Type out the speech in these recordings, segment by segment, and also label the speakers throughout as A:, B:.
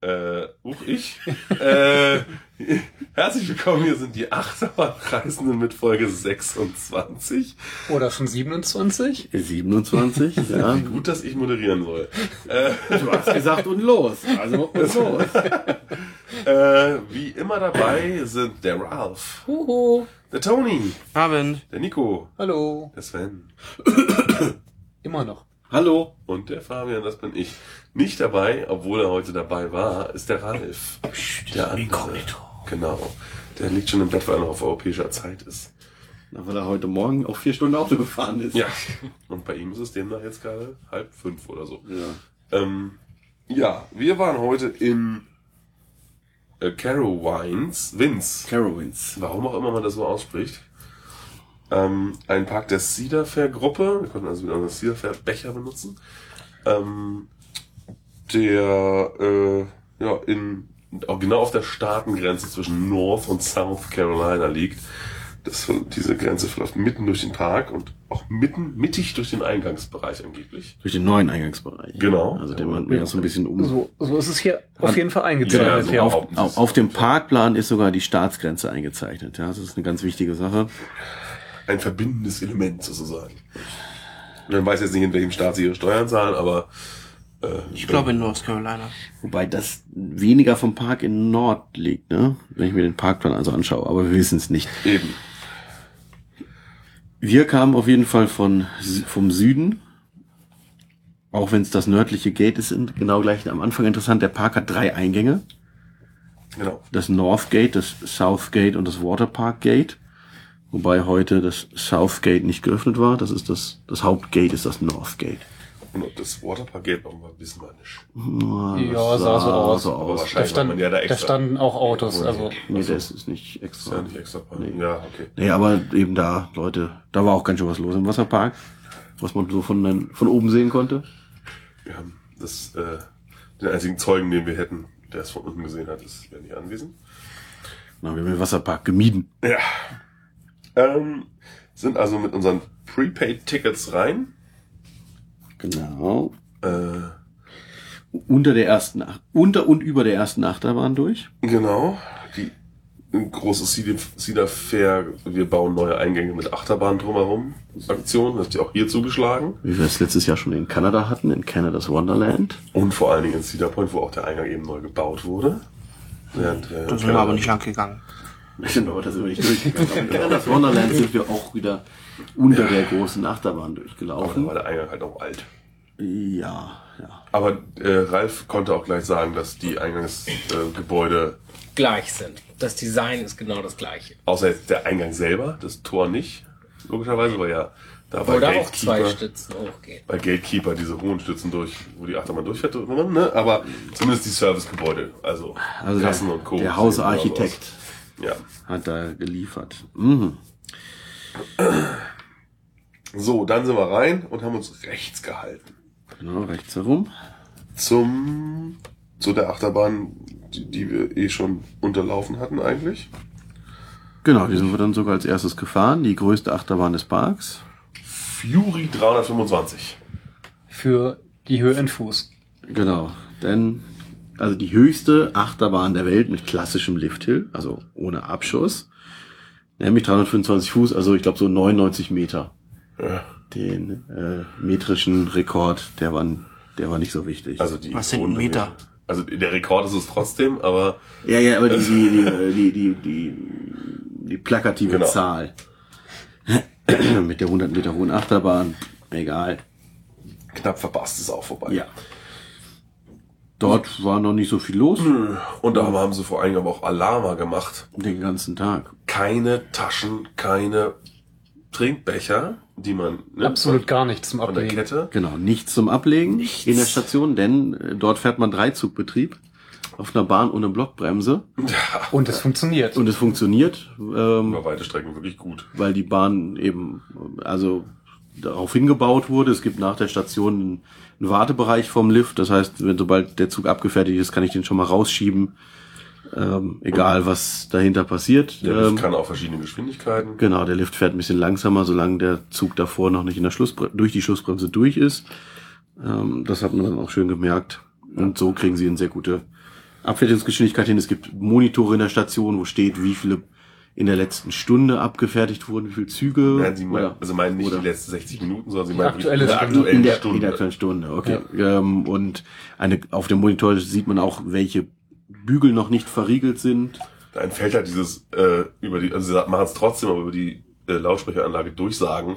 A: äh, uch, ich. äh, herzlich willkommen, hier sind die Achterbahnreisenden mit Folge 26.
B: Oder schon 27?
C: 27, ja.
A: Wie gut, dass ich moderieren soll. Äh,
C: Du hast gesagt und los. Also und los.
A: äh, wie immer dabei sind der Ralph,
B: Huhu.
A: der Tony,
D: Abend.
A: der Nico,
B: Hallo.
A: der Sven
B: Immer noch.
C: Hallo.
A: und der Fabian, das bin ich. Nicht dabei, obwohl er heute dabei war, ist der Ralf. Der andere. Genau. Der liegt schon im Bett, weil er noch auf europäischer Zeit ist.
C: Na, weil er heute Morgen auch vier Stunden Auto gefahren ist.
A: Ja. Und bei ihm ist es demnach jetzt gerade halb fünf oder so.
C: ja.
A: Ähm, ja, wir waren heute in äh, Carowines, Vince.
C: Carowinds.
A: Warum auch immer man das so ausspricht. Ähm, ein Park der Cedar Fair Gruppe. Wir konnten also wieder unseren Cedar Fair Becher benutzen. Ähm, der, äh, ja, in, auch genau auf der Staatengrenze zwischen North und South Carolina liegt. Das, diese Grenze verläuft mitten durch den Park und auch mitten, mittig durch den Eingangsbereich angeblich.
C: Durch den neuen Eingangsbereich.
A: Genau.
C: Also der man ja so ein bisschen um.
B: So, so ist es hier auf jeden Fall
A: Ja, also
B: eingezeichnet.
A: so
B: Ja,
A: überhaupt.
C: Au- Auf dem Parkplan ist sogar die Staatsgrenze eingezeichnet. Ja, das ist eine ganz wichtige Sache.
A: ein verbindendes Element sozusagen. Man weiß jetzt nicht, in welchem Staat sie ihre Steuern zahlen, aber äh,
D: Ich glaube in North Carolina.
C: Wobei das weniger vom Park in Nord liegt, ne? Wenn ich mir den Parkplan also anschaue. Aber wir wissen es nicht.
A: eben.
C: Wir kamen auf jeden Fall von, Sü- vom Süden. Auch wenn es das nördliche Gate ist, in- genau gleich am Anfang interessant. Der Park hat drei Eingänge.
A: Genau.
C: Das North Gate, das South Gate und das Waterpark Gate. Wobei heute das South Gate nicht geöffnet war. Das ist das, das Hauptgate ist das North Gate.
A: Und ob das Waterpark-Gate noch mal wissen wir nicht.
C: Ah,
B: Ja,
C: das
B: sah so aus.
C: So
A: Aber
C: aus.
A: wahrscheinlich
B: da,
A: hat man
B: stand,
A: ja da
B: da,
A: extra.
B: standen auch Autos. Also
C: Nee, das ist nicht
A: ist ja
C: extra.
A: nicht extra.
C: Nee.
A: Ja, okay.
C: Nee, aber eben da, Leute, da war auch ganz schön was los im Wasserpark. Was man so von, den- von oben sehen konnte.
A: Wir haben das, äh, den einzigen Zeugen, den wir hätten, der es von unten gesehen hat, ist ja nicht anwesend.
C: Na, wir haben den Wasserpark gemieden.
A: Ähm, sind also mit unseren Prepaid-Tickets rein.
C: Genau.
A: Äh,
C: unter der ersten Ach unter und über der ersten Achterbahn durch.
A: Genau. Die ein großes Cedar- Cedar Fair, wir bauen neue Eingänge mit Achterbahn drumherum. Aktion, hat die auch hier zugeschlagen.
C: Wie wir es letztes Jahr schon in Kanada hatten, in Canada's Wonderland.
A: Und vor allen Dingen in Cedar Point, wo auch der Eingang eben neu gebaut wurde. Während, äh,
D: Da sind wir aber nicht lang gegangen.
C: Genau, da sind wir nicht durchgegangen. In Canada's Wonderland sind wir auch wieder unter der großen Achterbahn
A: Aber da
C: durchgelaufen.
A: war der Eingang halt auch alt.
C: Ja, ja.
A: Aber äh, Ralf konnte auch gleich sagen, dass die Eingangsgebäude, äh,
E: gleich sind. Das Design ist genau das gleiche.
A: außer jetzt der Eingang selber, das Tor nicht, logischerweise, weil ja da bei
E: Wo da auch zwei
A: Gatekeeper,
E: Stützen hochgehen.
A: bei Gatekeeper diese hohen Stützen durch, wo die Achterbahn durchfährt, ne? aber zumindest die Servicegebäude, also,
C: Also
A: Kassen
C: der,
A: und Co.
C: der
A: sehen
C: Hausarchitekt
A: so aus. Ja.
C: hat da geliefert. Mhm.
A: So, dann sind wir rein und haben uns rechts gehalten.
C: Genau, rechts herum.
A: Zum, zu der Achterbahn, die, die wir eh schon unterlaufen hatten eigentlich.
C: Genau, die sind wir dann sogar als erstes gefahren. Die größte Achterbahn des Parks.
A: Fury 325.
B: für die Höhe in Fuß.
C: Genau, denn also die höchste Achterbahn der Welt mit klassischem Lifthill, also ohne Abschuss, nämlich 325 Fuß, also ich glaube so 99 Meter.
A: Ja.
C: Den äh, metrischen Rekord, der war, der war nicht so wichtig.
A: Also die
D: Was sind denn Meter?
A: Also der Rekord ist es trotzdem, aber
C: ja, ja, aber die, die, die, die, die, die, die plakative
A: Genau.
C: Zahl mit der 100 Meter hohen Achterbahn, egal.
A: knapp verpasst ist auch vorbei.
C: Ja. Dort war noch nicht so viel los
A: Und da haben sie vor allem aber auch Alarma gemacht.
C: den ganzen Tag.
A: Keine Taschen, keine Trinkbecher, die man ne,
B: Absolut
A: von,
B: gar nichts zum
A: von der
B: Ablegen.
A: Kette.
C: Genau, nichts zum Ablegen in der Station, denn äh, dort fährt man Dreizugbetrieb auf einer Bahn ohne Blockbremse
B: Und es funktioniert.
C: und es funktioniert, ähm,
A: Über weite Strecken wirklich gut.
C: weil die Bahn eben äh, also darauf hingebaut wurde. Es gibt nach der Station einen- einen Wartebereich vom Lift, das heißt, wenn sobald der Zug abgefertigt ist, kann ich den schon mal rausschieben, ähm, egal was dahinter passiert.
A: Der Lift
C: ähm,
A: kann auch verschiedene Geschwindigkeiten.
C: Genau, der Lift fährt ein bisschen langsamer, solange der Zug davor noch nicht in der Schlussbre durch die Schlussbremse durch ist. Ähm, das hat man dann auch schön gemerkt. Und so kriegen sie eine sehr gute Abfertigungsgeschwindigkeit hin. Es gibt Monitore in der Station, wo steht, wie viele in der letzten Stunde abgefertigt wurden, wie viele Züge.
A: Ja, sie meinen,
C: oder-
A: also meinen nicht
C: oder-
A: die letzten 60 Minuten, sondern sie meinen
B: aktuelle
A: die
B: Stunde.
A: aktuelle
C: in der,
A: Stunde.
C: In der aktuellen Stunde, okay. Ähm, und eine, auf dem Monitor sieht man auch, welche Bügel noch nicht verriegelt sind.
A: Dann fällt halt dieses äh, über die, also sie machen es trotzdem, aber über die äh, Lautsprecheranlage Durchsagen,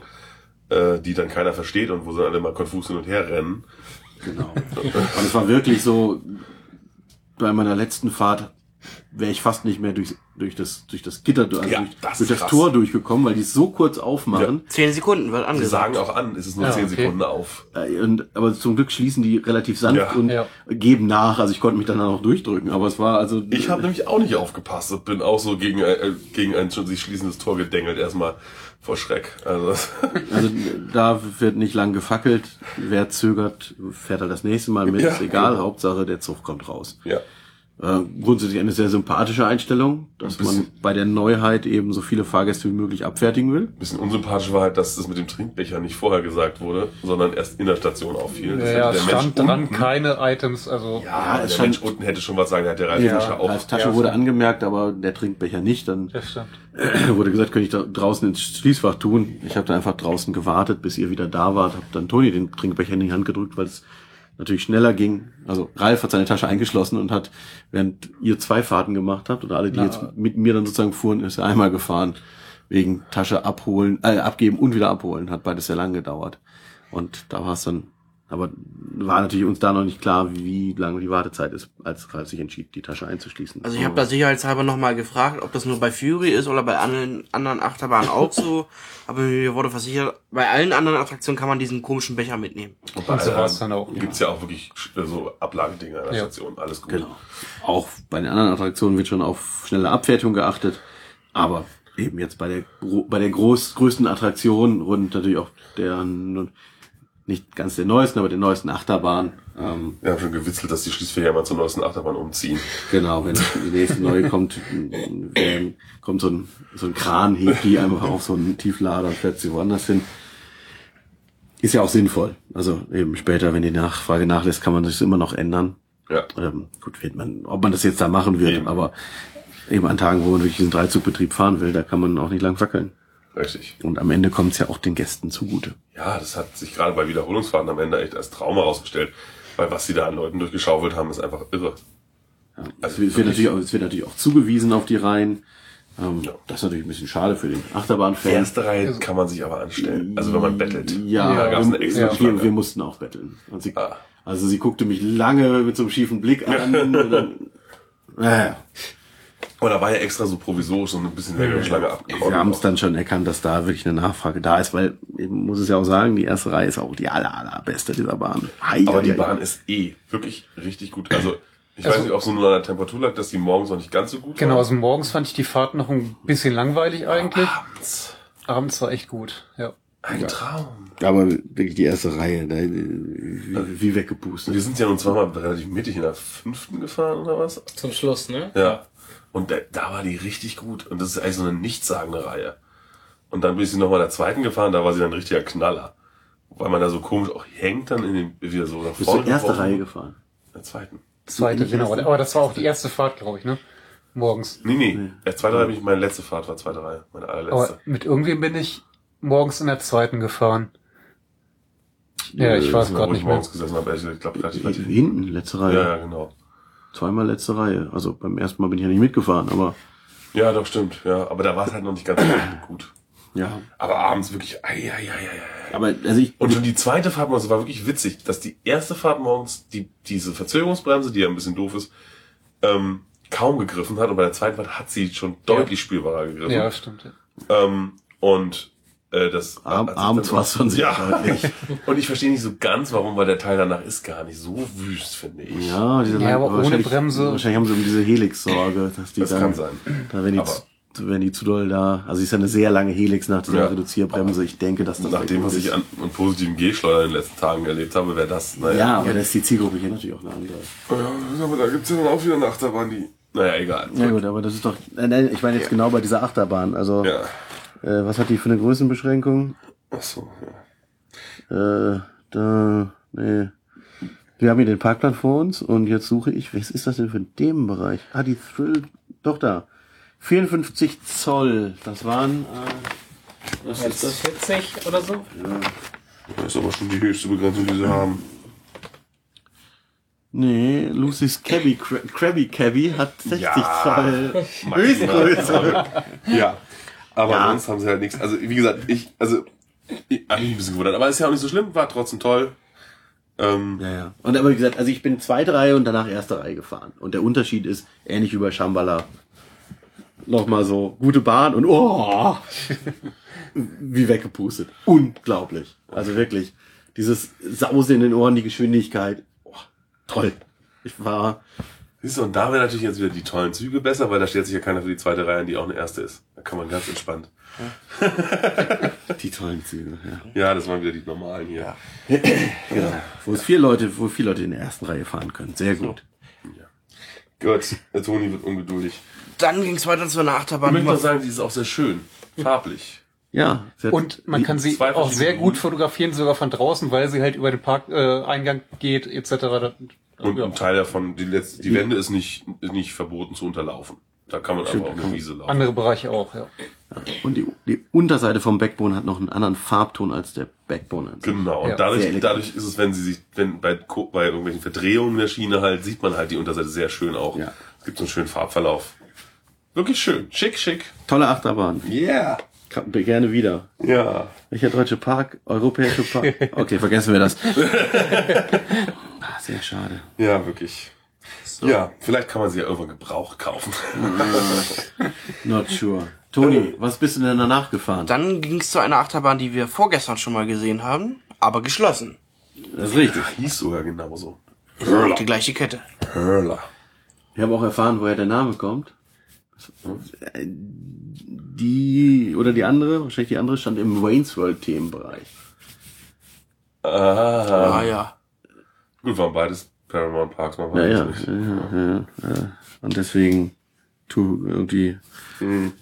A: äh, die dann keiner versteht und wo sie alle mal konfus hin und her rennen.
C: Genau. und es war wirklich so, bei meiner letzten Fahrt wäre ich fast nicht mehr durch, durch, das, durch das Gitter, also
A: Ja,
C: durch,
A: das ist
C: durch das
A: krass.
C: Tor durchgekommen, weil die es so kurz aufmachen.
D: Zehn Sekunden wird
A: Sie
D: angesagt.
A: sagen auch an, es ist nur
B: Ja,
A: 10
B: okay.
A: Sekunden auf.
C: Äh, Und, aber zum Glück schließen die relativ sanft
A: Ja.
C: und
B: Ja.
C: geben nach. Also ich konnte mich dann auch durchdrücken. Aber es war also.
A: Ich habe nämlich auch nicht aufgepasst und bin auch so gegen, äh, gegen ein schon sich schließendes Tor gedengelt, erstmal vor Schreck. Also, das-
C: Also da wird nicht lang gefackelt. Wer zögert, fährt er das nächste Mal mit.
A: Ja,
C: ist egal,
A: genau.
C: Hauptsache der Zug kommt raus.
A: ja.
C: Äh, grundsätzlich eine sehr sympathische Einstellung, dass
A: Ein
C: man
A: bisschen.
C: bei der Neuheit eben so viele Fahrgäste wie möglich abfertigen will.
A: bisschen unsympathisch war halt, dass das mit dem Trinkbecher nicht vorher gesagt wurde, sondern erst in der Station auffiel. Das
B: Ja,
A: hätte
B: es stand
A: Mensch
B: dran
A: unten-
B: keine Items, also
A: Ja,
C: Ja, es
A: der
C: stand-
A: Mensch unten hätte schon was sagen, der hat der Reifentasche
B: Ja,
A: auch.
C: Ralfs Tasche
B: ja,
C: wurde
B: stimmt.
C: angemerkt, aber der Trinkbecher nicht. Dann
B: das stimmt.
C: wurde gesagt, könnte ich da draußen ins Schließfach tun. Ich habe da einfach draußen gewartet, bis ihr wieder da wart. Habe dann Toni den Trinkbecher in die Hand gedrückt, weil es natürlich schneller ging. Also Ralf hat seine Tasche eingeschlossen und hat, während ihr zwei Fahrten gemacht habt oder alle, die
B: Na.
C: jetzt mit mir dann sozusagen fuhren, ist er einmal gefahren. Wegen Tasche abholen, äh, abgeben und wieder abholen. Hat beides sehr lang gedauert. Und da war es dann, aber war natürlich uns da noch nicht klar, wie lange die Wartezeit ist, als Ralf sich entschied, die Tasche einzuschließen.
D: Also ich habe da sicherheitshalber nochmal gefragt, ob das nur bei Fury ist oder bei allen anderen Achterbahnen auch so. Aber mir wurde versichert, bei allen anderen Attraktionen kann man diesen komischen Becher mitnehmen.
A: Und
B: Und so war's dann auch.
A: Gibt's ja auch wirklich äh, so Ablagedinger an der
B: Ja.
A: Station, alles gut.
C: Genau. Auch bei den anderen Attraktionen wird schon auf schnelle Abfertigung geachtet, aber eben jetzt bei der gro- bei der groß, größten Attraktion und natürlich auch der nun nicht ganz der neuesten, aber der neuesten Achterbahn. Ähm,
A: Wir haben schon gewitzelt, dass die Schließfächer mal zur neuesten Achterbahn umziehen.
C: genau, wenn die nächste neue kommt, ähm, kommt so ein, so ein Kran, hebt die einfach auf so einen Tieflader und fährt sie woanders hin. Ist ja auch sinnvoll. Also eben später, wenn die Nachfrage nachlässt, kann man sich immer noch ändern.
A: Ja.
C: ähm, gut, wird man, ob man das jetzt da machen wird,
A: Eben.
C: aber eben an Tagen, wo man wirklich diesen Dreizugbetrieb fahren will, da kann man auch nicht lang wackeln.
A: Richtig.
C: Und am Ende kommt es ja auch den Gästen zugute.
A: Ja, das hat sich gerade bei Wiederholungsfahrten am Ende echt als Trauma rausgestellt, weil was sie da an Leuten durchgeschaufelt haben, ist einfach irre.
C: Ja.
A: Also
C: es, wird- es wird
A: wirklich-
C: natürlich auch, es wird natürlich auch zugewiesen auf die Reihen. Ähm,
A: Ja.
C: Das ist natürlich ein bisschen schade für den Achterbahnfan.
A: Die erste Reihe kann man sich aber anstellen, also wenn man bettelt.
C: Also- Ja,
A: da gab's eine
C: wir-
A: extra
C: wir,
A: Schlange.
C: wir mussten auch betteln. Und sie,
A: Ah.
C: Also sie guckte mich lange mit so einem schiefen Blick an. und dann, äh, naja,
A: Und da war ja extra so provisorisch so ein bisschen längere Schlange abgebaut.
C: wir haben es dann schon erkannt, dass da wirklich eine Nachfrage da ist, weil eben muss es ja auch sagen, die erste Reihe ist auch die aller, allerbeste dieser Bahn. Ei,
A: Aber
C: ei,
A: die
C: ei.
A: Bahn ist eh wirklich richtig gut. Also ich
B: Also-
A: weiß nicht, ob es nur an der Temperatur lag, dass die morgens noch nicht ganz so gut
B: Genau,
A: war.
B: also morgens fand ich die Fahrt noch ein bisschen langweilig eigentlich.
A: Ah. Abends.
B: Abends war echt gut, ja.
A: Ein Traum.
C: Aber wirklich die erste Reihe, ne? da, wie, wie
A: Wir
C: weggepustet.
A: sind ja nun zweimal relativ mittig in der fünften gefahren oder was?
E: Zum Schluss, ne?
A: Ja. Und da, da war die richtig gut. Und das ist eigentlich so eine nichtssagende Reihe. Und dann bin ich sie nochmal der zweiten gefahren, da war sie dann ein richtiger Knaller. Weil man da so komisch auch hängt dann in dem, wieder so nach
C: Bist du
A: vorne.
C: die erste
A: geworfen.
C: Reihe gefahren?
A: Der zweiten.
B: Zweite,
C: Die
B: genau.
C: erste?
B: Aber das war auch die erste Fahrt, glaube ich, ne? Morgens.
A: Nee, nee. Der zweite Reihe bin ich, meine letzte Fahrt war zweite Reihe. Meine allerletzte.
B: Aber mit irgendwem bin ich morgens in der zweiten gefahren. Ja, ich weiß
A: Wo
B: gerade
A: ich
B: nicht mehr.
A: morgens gesessen habe, ehrlich, ich glaube relativ weit hinten.
C: Äh, Hinten, letzte Reihe.
A: Ja, ja, genau.
C: Zweimal letzte Reihe. Also beim ersten Mal bin ich ja nicht mitgefahren, aber
A: Ja, doch, stimmt. Ja, aber da war es halt noch nicht ganz so gut.
C: ja.
A: Aber abends wirklich, ai, ai, ai, ai, ai.
C: Aber also ich,
A: Und schon die zweite Fahrt morgens war wirklich witzig, dass die erste Fahrt morgens die, diese Verzögerungsbremse, die ja ein bisschen doof ist, ähm, kaum gegriffen hat. Und bei der zweiten Fahrt hat sie schon deutlich spürbarer gegriffen.
B: Ja, stimmt. ja.
A: Ähm, und äh, das
C: Ab-
A: als ich
C: abends
A: dann-
C: war's schon sehr
A: ja. Und ich verstehe nicht so ganz, warum, weil der Teil danach ist gar nicht so wüst, finde ich.
C: ja, diese
B: Ja, aber ohne
C: wahrscheinlich-
B: Bremse.
C: Wahrscheinlich haben sie um diese Helix-Sorge, dass die
A: Das
C: dann,
A: kann sein.
C: Da, wenn die,
A: Aber-
C: zu, wenn die zu doll da, also es ist ja eine sehr lange Helix nach dieser
A: Ja.
C: Reduzierbremse. Ich denke, dass das
A: Nach dem, was ich an, an positiven Gehschleudern in den letzten Tagen erlebt habe, wäre das, naja.
C: ja, aber da ist die Zielgruppe hier natürlich auch eine andere.
A: Ja, aber da gibt's ja dann auch wieder eine Achterbahn, die. Naja, egal.
C: Ja gut, aber das ist doch, nein, nein, ich meine jetzt genau bei dieser Achterbahn. Also
A: Ja.
C: Äh, was hat die für eine Größenbeschränkung?
A: Ach so, ja.
C: Äh, da, nee. Wir haben hier den Parkplan vor uns und jetzt suche ich, was ist das denn für ein Themenbereich? Ah, die Thrill, doch da. 54 Zoll, das waren, äh, was ist
E: Jetzt
C: das?
E: 40 oder so?
A: Das ist aber schon die höchste Begrenzung, die sie haben.
C: Nee, Lucy's Cabby, Cra- Krabby Cabby hat 60
A: Ja.
C: Zoll.
A: Höchstgröße. ja. Aber
C: Ja.
A: sonst haben sie halt nichts. Also, wie gesagt, ich, also, ich hab mich ein bisschen gewundert. Aber ist ja auch nicht so schlimm, war trotzdem toll. Ähm,
C: Ja, ja. Und aber wie gesagt, also ich bin zweite Reihe und danach erste Reihe gefahren. Und der Unterschied ist, ähnlich wie bei Shambhala, nochmal so, gute Bahn und oh, wie weggepustet. Unglaublich. Also wirklich, dieses Sausen in den Ohren, die Geschwindigkeit, oh, toll. Ich war,
A: Siehst du, und da wäre natürlich jetzt wieder die tollen Züge besser, weil da stellt sich ja keiner für die zweite Reihe, an, die auch eine erste ist. Da kann man ganz entspannt.
C: die tollen Züge, ja.
A: Ja, das waren wieder die normalen hier. Ja.
C: Wo es vier Leute, wo vier Leute in der ersten Reihe fahren können. Sehr gut.
A: Gut, der Toni wird ungeduldig.
D: Dann ging es weiter zu einer Achterbahn.
A: Ich möchte noch
D: Nummer-
A: sagen, die ist auch sehr schön. Farblich.
C: Ja. sie hat-
B: Und man kann sie
A: zwei
B: auch
A: verschiedene
B: sehr gut
A: Gründe.
B: fotografieren, sogar von draußen, weil sie halt über den Parkeingang äh, Eingang geht, etc. Da-
A: Und
B: ja.
A: ein Teil davon, die, letzte, die Wände ist nicht, ist nicht verboten zu unterlaufen. Da kann man aber auch eine Wiese laufen.
B: Andere Bereiche auch, ja.
C: Und die, die Unterseite vom Backbone hat noch einen anderen Farbton als der Backbone Also an sich.
A: Genau, und
B: Ja,
A: dadurch,
C: sehr elegant.
A: dadurch ist es, wenn sie sich, wenn bei, Ko- bei irgendwelchen Verdrehungen der Schiene halt, sieht man halt die Unterseite sehr schön auch.
C: Ja.
A: Es gibt so einen schönen Farbverlauf. Wirklich schön. Schick, schick.
C: Tolle Achterbahn.
A: Yeah.
C: Kann- Gerne wieder.
A: Ja.
C: Welcher deutsche Park? Europäische Park? Okay, vergessen wir das. Ah, Sehr schade.
A: Ja, wirklich. Ja, vielleicht kann man sie ja irgendwann Gebrauch kaufen.
C: Mm. Not sure. Toni, was bist du denn danach gefahren?
D: Dann ging es zu einer Achterbahn, die wir vorgestern schon mal gesehen haben, aber geschlossen.
C: Das ist richtig.
A: Hieß sogar genauso.
D: Ist auch die gleiche Kette.
A: Hörler.
C: Wir haben auch erfahren, woher der Name kommt. Äh, Die oder die andere, wahrscheinlich die andere, stand im Wayne's World Themenbereich.
A: Ah.
D: Ah ja.
A: Gut, waren beides Paramount Parks, man
C: Ja,
A: weiß
C: ja,
A: nicht.
C: ja, ja, ja. Und deswegen tu irgendwie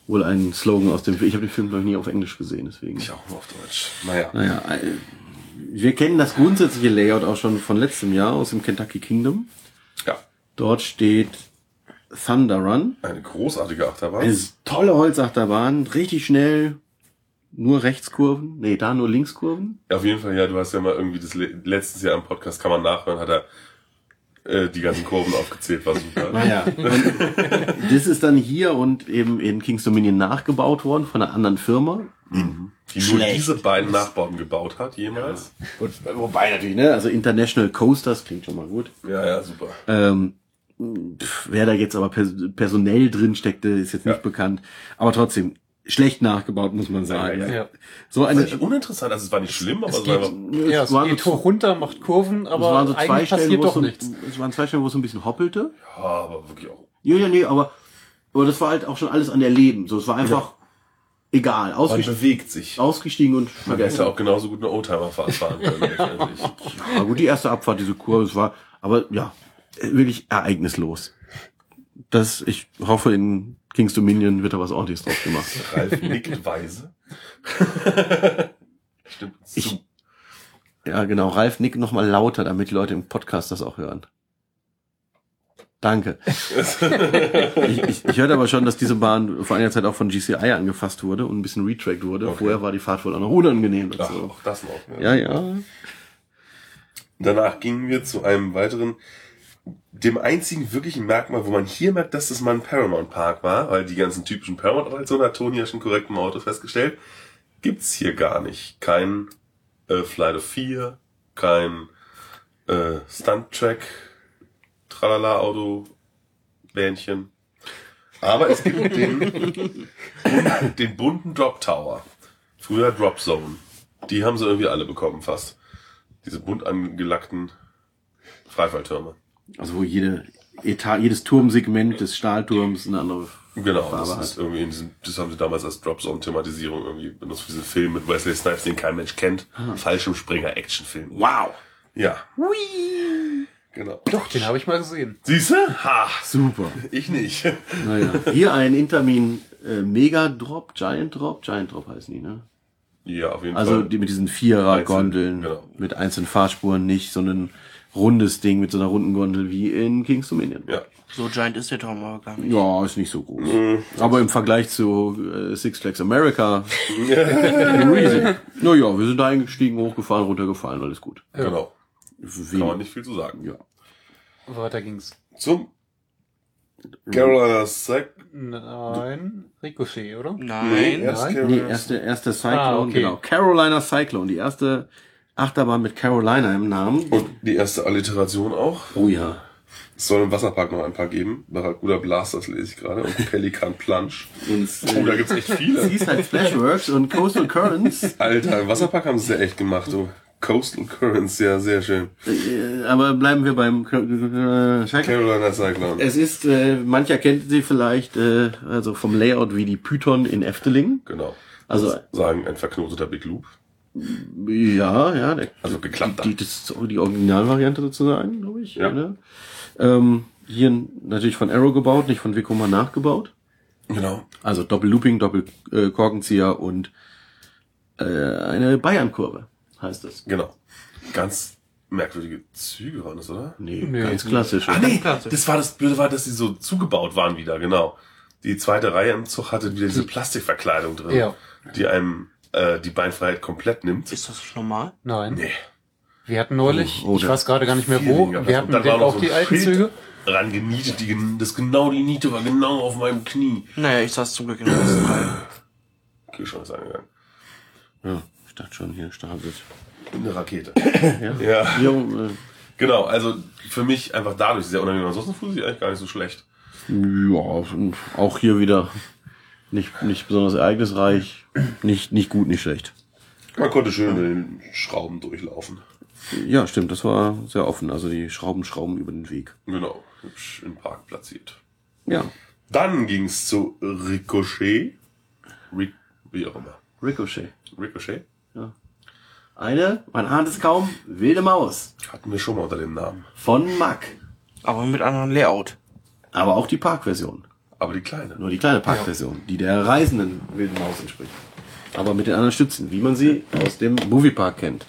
C: wohl einen Slogan aus dem Film. Ich habe den Film noch nie auf Englisch gesehen, deswegen.
A: Ich auch nur auf Deutsch. Naja.
C: Naja, äh, wir kennen das grundsätzliche Layout auch schon von letztem Jahr aus dem Kentucky Kingdom.
A: Ja.
C: Dort steht Thunder Run.
A: Eine großartige Achterbahn.
C: Eine tolle Holzachterbahn, richtig schnell, nur Rechtskurven, nee, da nur Linkskurven.
A: Auf jeden Fall, ja, du hast ja mal irgendwie das le- letztes Jahr im Podcast, kann man nachhören, hat er äh, die ganzen Kurven aufgezählt, war super.
C: Naja. das ist dann hier und eben in Kings Dominion nachgebaut worden von einer anderen Firma.
A: Die nur
C: Schlecht.
A: diese beiden Nachbauten gebaut hat, jemals.
C: Gut, wobei natürlich, ne? Also International Coasters klingt schon mal gut.
A: Ja, ja, super.
C: Ähm, pf, wer da jetzt aber pers personell drin steckte, ist jetzt nicht
A: Ja.
C: bekannt. Aber trotzdem, schlecht nachgebaut, muss man sagen.
A: Ja, ja.
B: ja.
C: So eine.
A: Also nicht uninteressant, also es war nicht schlimm, aber es war
B: geht-
A: einfach,
B: Ja, es
C: waren
B: geht
C: so-
B: hoch runter, macht Kurven,
C: es waren
B: aber
C: so zwei
B: eigentlich
C: Stellen,
B: passiert
C: wo es
B: doch
C: so,
B: nichts.
C: es waren zwei Stellen, wo es so ein bisschen hoppelte.
A: ja, aber wirklich auch.
C: Ja, ja, nee, aber, aber das war halt auch schon alles an der Leben. So, es war einfach egal.
A: Man Oh,
C: Ausgestiegen,
A: bewegt sich.
C: ausgestiegen und
A: Man hätte
C: vergessen.
A: auch genauso gut eine Oldtimer-Fahrt fahren können, letztendlich.
C: Aber gut, die erste Abfahrt, diese Kurve, es war, aber ja, wirklich ereignislos. Das, ich hoffe, in Kings Dominion wird da was ordentliches draus gemacht.
A: Ralf nickt weise. Stimmt.
C: Ich-
A: zu.
C: Ja, genau. Ralf, nick noch mal lauter, damit die Leute im Podcast das auch hören. Danke. ich, ich, ich hörte aber schon, dass diese Bahn vor einiger Zeit auch von GCI angefasst wurde und ein bisschen retrackt wurde.
A: Okay.
C: Vorher war die Fahrt wohl auch noch unangenehm. Und
A: Ach,
C: so.
A: auch das noch. ne?
C: Ja, ja.
A: Danach gingen wir zu einem weiteren, dem einzigen wirklichen Merkmal, wo man hier merkt, dass das mal ein Paramount Park war, weil die ganzen typischen Paramount-Attraktionen hat Toni ja schon korrekt im Auto festgestellt, gibt's hier gar nicht. Kein äh, Flight of 4, kein äh, Stunt-Track, Tralala-Auto, Bähnchen. Aber es gibt den, den bunten Drop Tower. Früher Drop Zone. Die haben sie irgendwie alle bekommen fast diese bunt angelackten Freifalltürme.
C: Also wo jede Etat, jedes Turmsegment des Stahlturms eine andere
A: Genau,
C: Farbe
A: das,
C: hat.
A: ist irgendwie in diesem, das haben sie damals als Drop-Zone-Thematisierung irgendwie benutzt für diesen Film mit Wesley Snipes, den kein Mensch kennt. Falschem Springer Actionfilm.
C: Ah. Wow.
A: Ja. Genau.
B: Doch, den habe ich mal gesehen.
A: Siehst du? Ha,
C: Super.
A: ich nicht.
C: Naja. Hier ein Intermin äh, Mega Drop, Giant Drop, Giant Drop heißen die, ne?
A: Ja, auf jeden
C: Also
A: Fall.
C: die mit diesen Vierer-Gondeln,
A: Einzeln, genau.
C: mit einzelnen Fahrspuren nicht, sondern rundes Ding mit so einer runden Gondel wie in Kings Dominion.
A: Ja.
D: So giant ist der Turm aber gar nicht.
C: Ja, ist nicht so groß.
A: Mhm.
C: Aber im Vergleich zu äh, Six Flags America, riesig. Naja, wir sind da eingestiegen, hochgefahren, runtergefallen, alles gut.
A: Genau.
C: Wie,
A: Kann man nicht viel zu sagen.
C: ja.
B: Weiter ging's.
A: Zum
C: Hm.
A: Carolina Sack.
B: Nein. Ricochet, oder?
D: Nein.
A: erst
B: nein.
C: Nee,
A: Carolina
C: erste, erste Cyclone,
B: Ah, okay.
C: genau. Carolina Cyclone, die erste Achterbahn mit Carolina im Namen.
A: Und die erste Alliteration auch.
C: Oh ja.
A: Es soll im Wasserpark noch ein paar geben. Barracuda Blast, das lese ich gerade. Und Pelikan Plunge.
C: Und es,
A: Oh, da
C: äh,
A: gibt's echt viele.
C: Seaside Splashworks halt und Coastal Currents.
A: Alter, im Wasserpark haben sie es ja echt gemacht, du. Coastal Currents, ja, sehr schön.
C: Äh, aber bleiben wir beim äh, Cyclone.
A: Carolina Cyclone.
C: Es ist, äh, mancher kennt sie vielleicht, äh, also vom Layout wie die Python in Efteling.
A: Genau.
C: Also
A: Sagen, ein verknoteter Big Loop.
C: Ja, ja. Der,
A: Also geklappter.
C: die, das ist auch die Originalvariante sozusagen, glaube ich.
A: Ja.
C: Ne? Ähm, hier natürlich von Arrow gebaut, nicht von Vekoma nachgebaut.
A: Genau.
C: Also Doppel-Looping, Doppel-Korkenzieher äh, und äh, eine Bayern-Kurve heißt das.
A: Genau. Ganz merkwürdige Züge waren das, oder?
C: Nee,
B: Nee.
C: ganz klassisch.
A: Ah, nee,
D: Klasse.
A: das war das Blöde war, dass die so zugebaut waren wieder, genau. Die zweite Reihe im Zug hatte wieder diese Plastikverkleidung drin,
B: Ja.
A: die einem äh, die Beinfreiheit komplett nimmt.
D: Ist das normal?
B: Nein.
A: Nee.
B: Wir hatten neulich,
C: Oh, oh,
B: ich
C: der-
B: weiß gerade gar nicht mehr
A: Viel
B: wo,
A: weniger.
B: wir
A: Und
B: hatten
A: dann
B: den
A: war noch
B: auch
A: so ein
B: die alten
A: Schild
B: Züge.
A: Ran genietet, die, gen- das genau die Niete war genau auf meinem Knie.
D: Naja, ich saß zum Glück in der ersten Reihe.
A: Okay, schon ist angegangen.
C: Ja, ich dachte schon, hier startet.
A: Eine Rakete.
C: Ja.
A: ja.
C: Jo, äh,
A: Genau, also für mich einfach dadurch sehr unangenehm. Ansonsten fuhr sie eigentlich gar nicht so schlecht.
C: ja, auch hier wieder nicht, nicht besonders ereignisreich. Nicht, nicht gut, nicht schlecht.
A: Man konnte schön mit den Schrauben durchlaufen.
C: Ja, stimmt, das war sehr offen. Also die Schrauben schrauben über den Weg.
A: Genau, hübsch im Park platziert.
C: Ja.
A: Dann ging's zu Ricochet. Ric wie auch immer.
C: Ricochet.
A: Ricochet?
C: Eine, man ahnt es kaum, wilde Maus
A: Hatten wir schon mal unter dem Namen.
C: von Mack.
D: Aber mit anderem Layout.
C: Aber auch die Parkversion.
A: Aber die kleine.
C: Nur die kleine Parkversion, die der reisenden wilden Maus entspricht. Aber mit den anderen Stützen, wie man sie aus dem Moviepark kennt.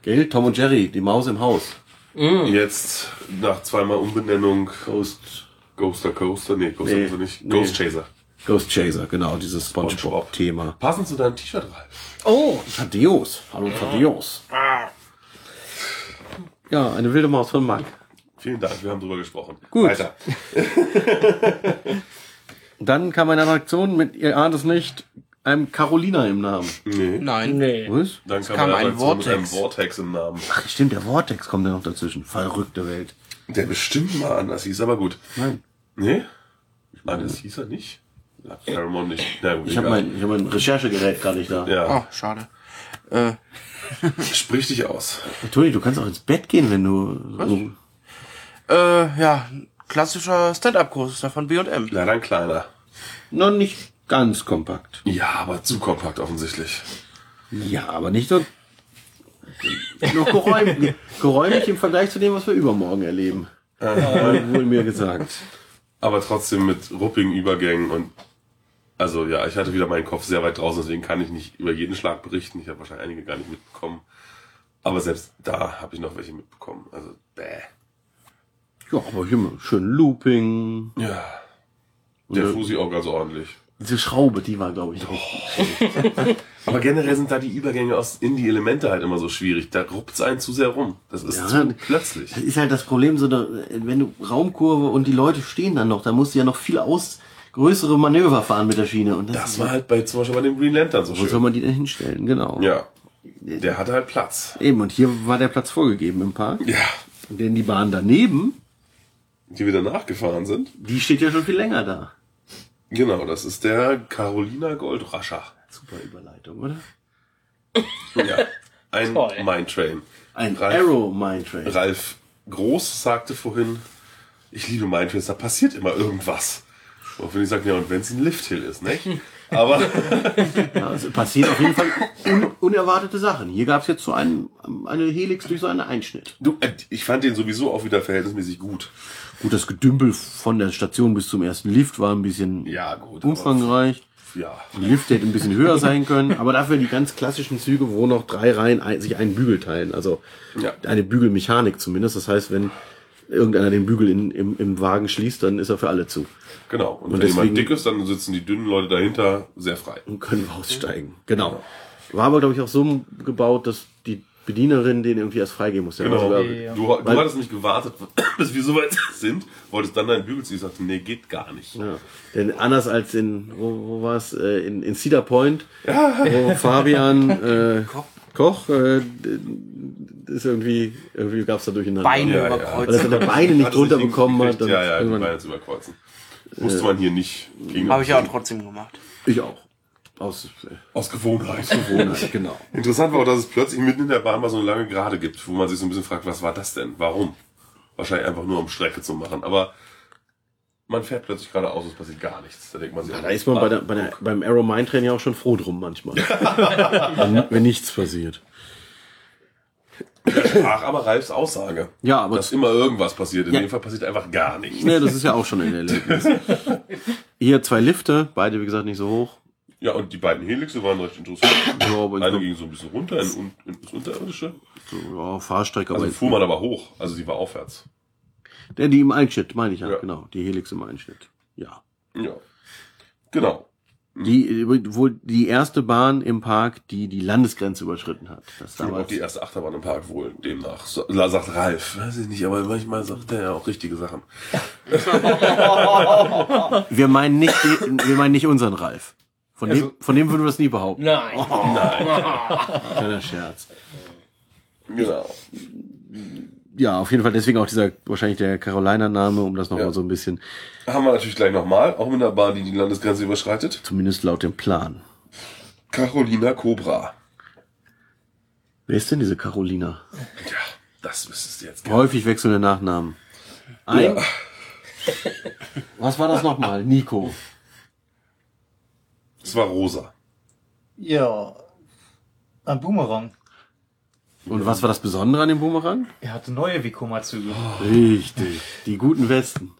C: Gell? Tom und Jerry, die Maus im Haus.
A: Jetzt nach zweimal Umbenennung
C: Ghost,
A: Ghoster Coaster, nee, Ghoster
C: Nee,
A: Coaster nicht.
C: nee.
A: Ghost Chaser.
C: Ghost Chaser, genau, dieses
A: SpongeBob-Thema.
C: Spongebob-Thema.
A: Passend zu deinem T-Shirt, Ralf.
E: Oh,
C: Tadeus, hallo Tadeus. Ja, eine wilde Maus von Mack.
A: Vielen Dank, wir haben drüber gesprochen.
C: Gut.
A: Weiter.
C: Dann kam eine Attraktion mit, ihr ahnt es nicht, einem Carolina im Namen.
A: Nee.
D: Nein.
E: nee.
C: Was?
A: Dann kam,
D: kam
A: eine
D: ein
A: Attraktion mit einem
D: Vortex.
A: Vortex im Namen.
C: Ach, stimmt, der Vortex kommt ja noch dazwischen. Verrückte Welt.
A: Der bestimmt mal anders hieß, aber gut.
C: Nein.
A: Nee? Nein, das hieß er nicht. Ja, Paramount nicht. Na gut,
C: Ich habe
A: egal.
C: mein, Ah. ich hab mein Recherchegerät gar nicht da.
A: Ja,
D: Oh, schade. Äh,
A: sprich dich aus.
C: Toni, du kannst auch ins Bett gehen, wenn du. So,
D: äh, ja, klassischer Stand-Up-Kurs ist von B&M.
A: Leider ein kleiner.
C: noch nicht ganz kompakt.
A: Ja, aber zu kompakt offensichtlich.
C: Ja, aber nicht so. noch geräumig, geräumig im Vergleich zu dem, was wir übermorgen erleben.
A: Äh.
C: Wohl mir gesagt.
A: Aber trotzdem mit ruppigen Übergängen und also ja, ich hatte wieder meinen Kopf sehr weit draußen, deswegen kann ich nicht über jeden Schlag berichten. Ich habe wahrscheinlich einige gar nicht mitbekommen. Aber selbst da habe ich noch welche mitbekommen. Also bäh.
C: Ja, aber hier mal schön Looping.
A: Ja. Der Fusi auch ganz ordentlich.
C: Diese Schraube, die war, glaube ich, auch.
A: Aber generell sind da die Übergänge aus in die Elemente halt immer so schwierig. Da ruppt's einen zu sehr rum. Das ist
C: Ja.
A: zu plötzlich.
C: Das ist halt das Problem, so eine, wenn du Raumkurve und die Leute stehen dann noch, da musst du ja noch viel aus größere Manöver fahren mit der Schiene. Und das,
A: Das war halt bei zum Beispiel bei dem Green Lantern so
C: Wo soll
A: schön.
C: man die denn hinstellen? Genau.
A: Ja. Der hatte halt Platz.
C: Eben, und hier war der Platz vorgegeben im Park.
A: Ja.
C: Denn die Bahn daneben,
A: Die wieder nachgefahren sind.
C: die steht ja schon viel länger da.
A: Genau, das ist der Carolina Goldrascher.
C: Super Überleitung, oder?
A: Ja. Ein
E: Toll.
A: Mine Train.
C: Ein
A: Ralf-
C: Arrow Mine Train.
A: Ralf Groß sagte vorhin, ich liebe Mine Trains, da passiert immer irgendwas. Wofür ich sagte, ja, und wenn es ein Lift Hill ist, nicht? Aber
C: Ja, es passieren auf jeden Fall un unerwartete Sachen. Hier gab es jetzt so einen, eine Helix durch so einen Einschnitt.
A: du, äh, ich fand den sowieso auch wieder verhältnismäßig gut.
C: Gut, das Gedümpel von der Station bis zum ersten Lift war ein bisschen
A: Ja, gut, aber-
C: umfangreich.
A: ja.
C: Die Lifte hätte ein bisschen höher sein können, aber dafür die ganz klassischen Züge, wo noch drei Reihen ein, sich einen Bügel teilen. Also
A: Ja.
C: eine Bügelmechanik zumindest. Das heißt, wenn irgendeiner den Bügel in, im, im Wagen schließt, dann ist er für alle zu.
A: Genau. Und,
C: Und
A: wenn jemand
C: deswegen-
A: dick ist, dann sitzen die dünnen Leute dahinter sehr frei.
C: Und können wir aussteigen. Genau. War aber, glaube ich, auch so gebaut, dass die Bedienerin den irgendwie erst freigeben musste.
A: Genau.
C: Also,
A: Du, du
C: Weil-
A: hattest nicht gewartet, bis wir so weit sind, wolltest dann deinen Bügel ziehen und sagst, nee, geht gar nicht.
C: Ja. Denn anders als in, wo, wo war es, äh, in, in Cedar Point, wo Fabian äh,
D: Koch.
C: Koch, äh, d- ist irgendwie, irgendwie gab es da durcheinander.
D: Beine
A: Ja, ja.
C: Weil er
D: überkreuzt.
C: seine Beine nicht
A: Hattest nicht
C: runterbekommen hat.
A: hingekriegt,
C: dann
A: Ja, ja, die
C: irgendwann-
A: Beine zu überkreuzen. Musste man hier nicht gegen.
D: Habe ich ja auch trotzdem gemacht.
C: Ich auch. Aus äh,
A: Aus Gewohnheit.
C: Gewohnheit, genau.
A: Interessant war auch, dass es plötzlich mitten in der Bahn mal so eine lange Gerade gibt, wo man sich so ein bisschen fragt, was war das denn? Warum? Wahrscheinlich einfach nur, um Strecke zu machen. Aber man fährt plötzlich geradeaus und es passiert gar nichts. Da denkt man sich, oh,
C: Da ist man bei der, bei der, beim Arrow Mine Train ja auch schon froh drum manchmal. wenn, wenn nichts passiert.
A: sprach aber Ralfs Aussage.
C: Ja, aber
A: Dass immer irgendwas passiert. In
C: Ja.
A: dem Fall passiert einfach gar nichts.
C: ne, das ist ja auch schon ein Erlebnis. Hier zwei Lifte, beide wie gesagt nicht so hoch.
A: Ja, und die beiden Helixe waren recht interessant.
C: Ja, aber
A: Eine
C: insgesamt-
A: ging so ein bisschen runter in, un- in das Unterirdische.
C: so, ja, Fahrstrecke,
A: Also
C: aber
A: fuhr man aber hoch. Also die war aufwärts.
C: Der, die im Einschnitt, meine ich ja,
A: Ja.
C: genau. Die Helix im Einschnitt. Ja.
A: Ja. Genau.
C: Die, wohl die erste Bahn im Park, die die Landesgrenze überschritten hat. Das
A: Und auch
C: damals,
A: die erste Achterbahn im Park wohl, demnach. So, la- sagt Ralf. Weiß ich nicht, aber manchmal sagt er ja auch richtige Sachen.
C: wir meinen nicht, die, wir meinen nicht unseren Ralf. Von dem, von dem würden wir es nie behaupten. Oh.
E: Nein.
C: Kleiner Scherz.
A: Genau.
C: Ja, auf jeden Fall deswegen auch dieser, wahrscheinlich der Carolina-Name, um das nochmal
A: Ja.
C: mal so ein bisschen,
A: Haben wir natürlich gleich nochmal, auch mit einer Bahn, die die Landesgrenze überschreitet.
C: zumindest laut dem Plan.
A: Carolina Cobra.
C: Wer ist denn diese Carolina?
A: Ja, das wüsstest du jetzt gerne.
C: Häufig wechselnde Nachnamen. Ein. Was war das nochmal? Nico.
A: Es war rosa.
F: Ja. Ein Boomerang.
C: Und was war das Besondere an dem Boomerang?
F: Er hatte neue Vikoma-Züge.
C: Richtig. Die guten Westen.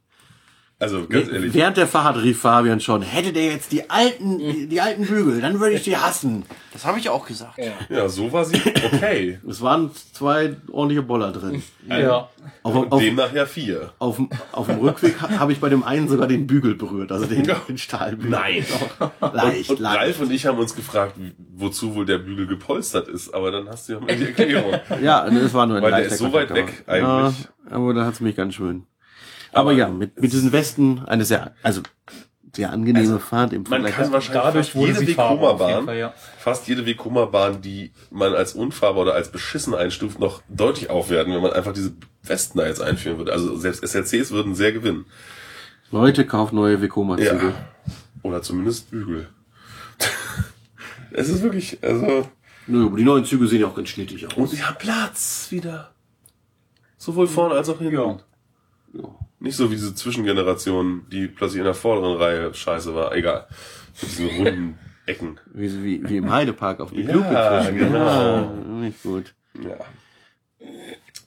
A: Also ganz
C: Nee,
A: ehrlich,
C: Während der Fahrt rief Fabian schon, hätte der jetzt die alten, die, die alten Bügel, dann würde ich die hassen.
D: Das habe ich auch gesagt.
A: ja, so war sie okay.
C: Es waren zwei ordentliche Boller drin.
B: Ja.
C: Auf,
A: Und
C: auf,
A: demnach ja vier.
C: auf, dem- auf dem Rückweg ha- habe ich bei dem einen sogar den Bügel berührt, also den, den Stahlbügel.
A: Nein.
C: Leicht,
A: Und
C: leicht.
A: Ralf und ich haben uns gefragt, wozu wohl der Bügel gepolstert ist, aber dann hast du ja mal die Erklärung.
C: Ja, das war nur ein
A: Weil der
C: leichter
A: ist so weit
C: Kontakt,
A: weg
C: aber-
A: eigentlich.
C: Ja, aber da hat's mich ganz schön. Aber, ja, mit, mit diesen Westen eine sehr, also sehr angenehme Fahrt im
A: Also, Man
C: Vergleich.
A: kann wahrscheinlich
F: Dadurch
A: fast
F: wurde
A: jede
F: sie fahrbar, auf jeden
A: Wegkummerbahn,
F: Fall, ja.
A: fast jede Wegkummerbahn, die man als unfahrbar oder als beschissen einstuft, noch deutlich aufwerten, wenn man einfach diese Westen da jetzt einführen würde. Also selbst SLCs würden sehr gewinnen.
C: Leute, kauft neue Vekoma-Züge.
A: Ja. Oder zumindest Bügel. es ist wirklich, also.
C: Nö, aber die neuen Züge sehen ja auch ganz schnittig aus.
A: Und sie haben Platz wieder. Sowohl vorne als auch hinten.
C: Ja.
A: Nicht so wie diese Zwischengeneration, die plötzlich in der vorderen Reihe scheiße war. Egal. Mit diesen runden Ecken.
C: Wie, wie, wie im Heidepark auf die
A: Ja,
C: Blutgipfel.
A: genau.
C: nicht gut.
A: Ja.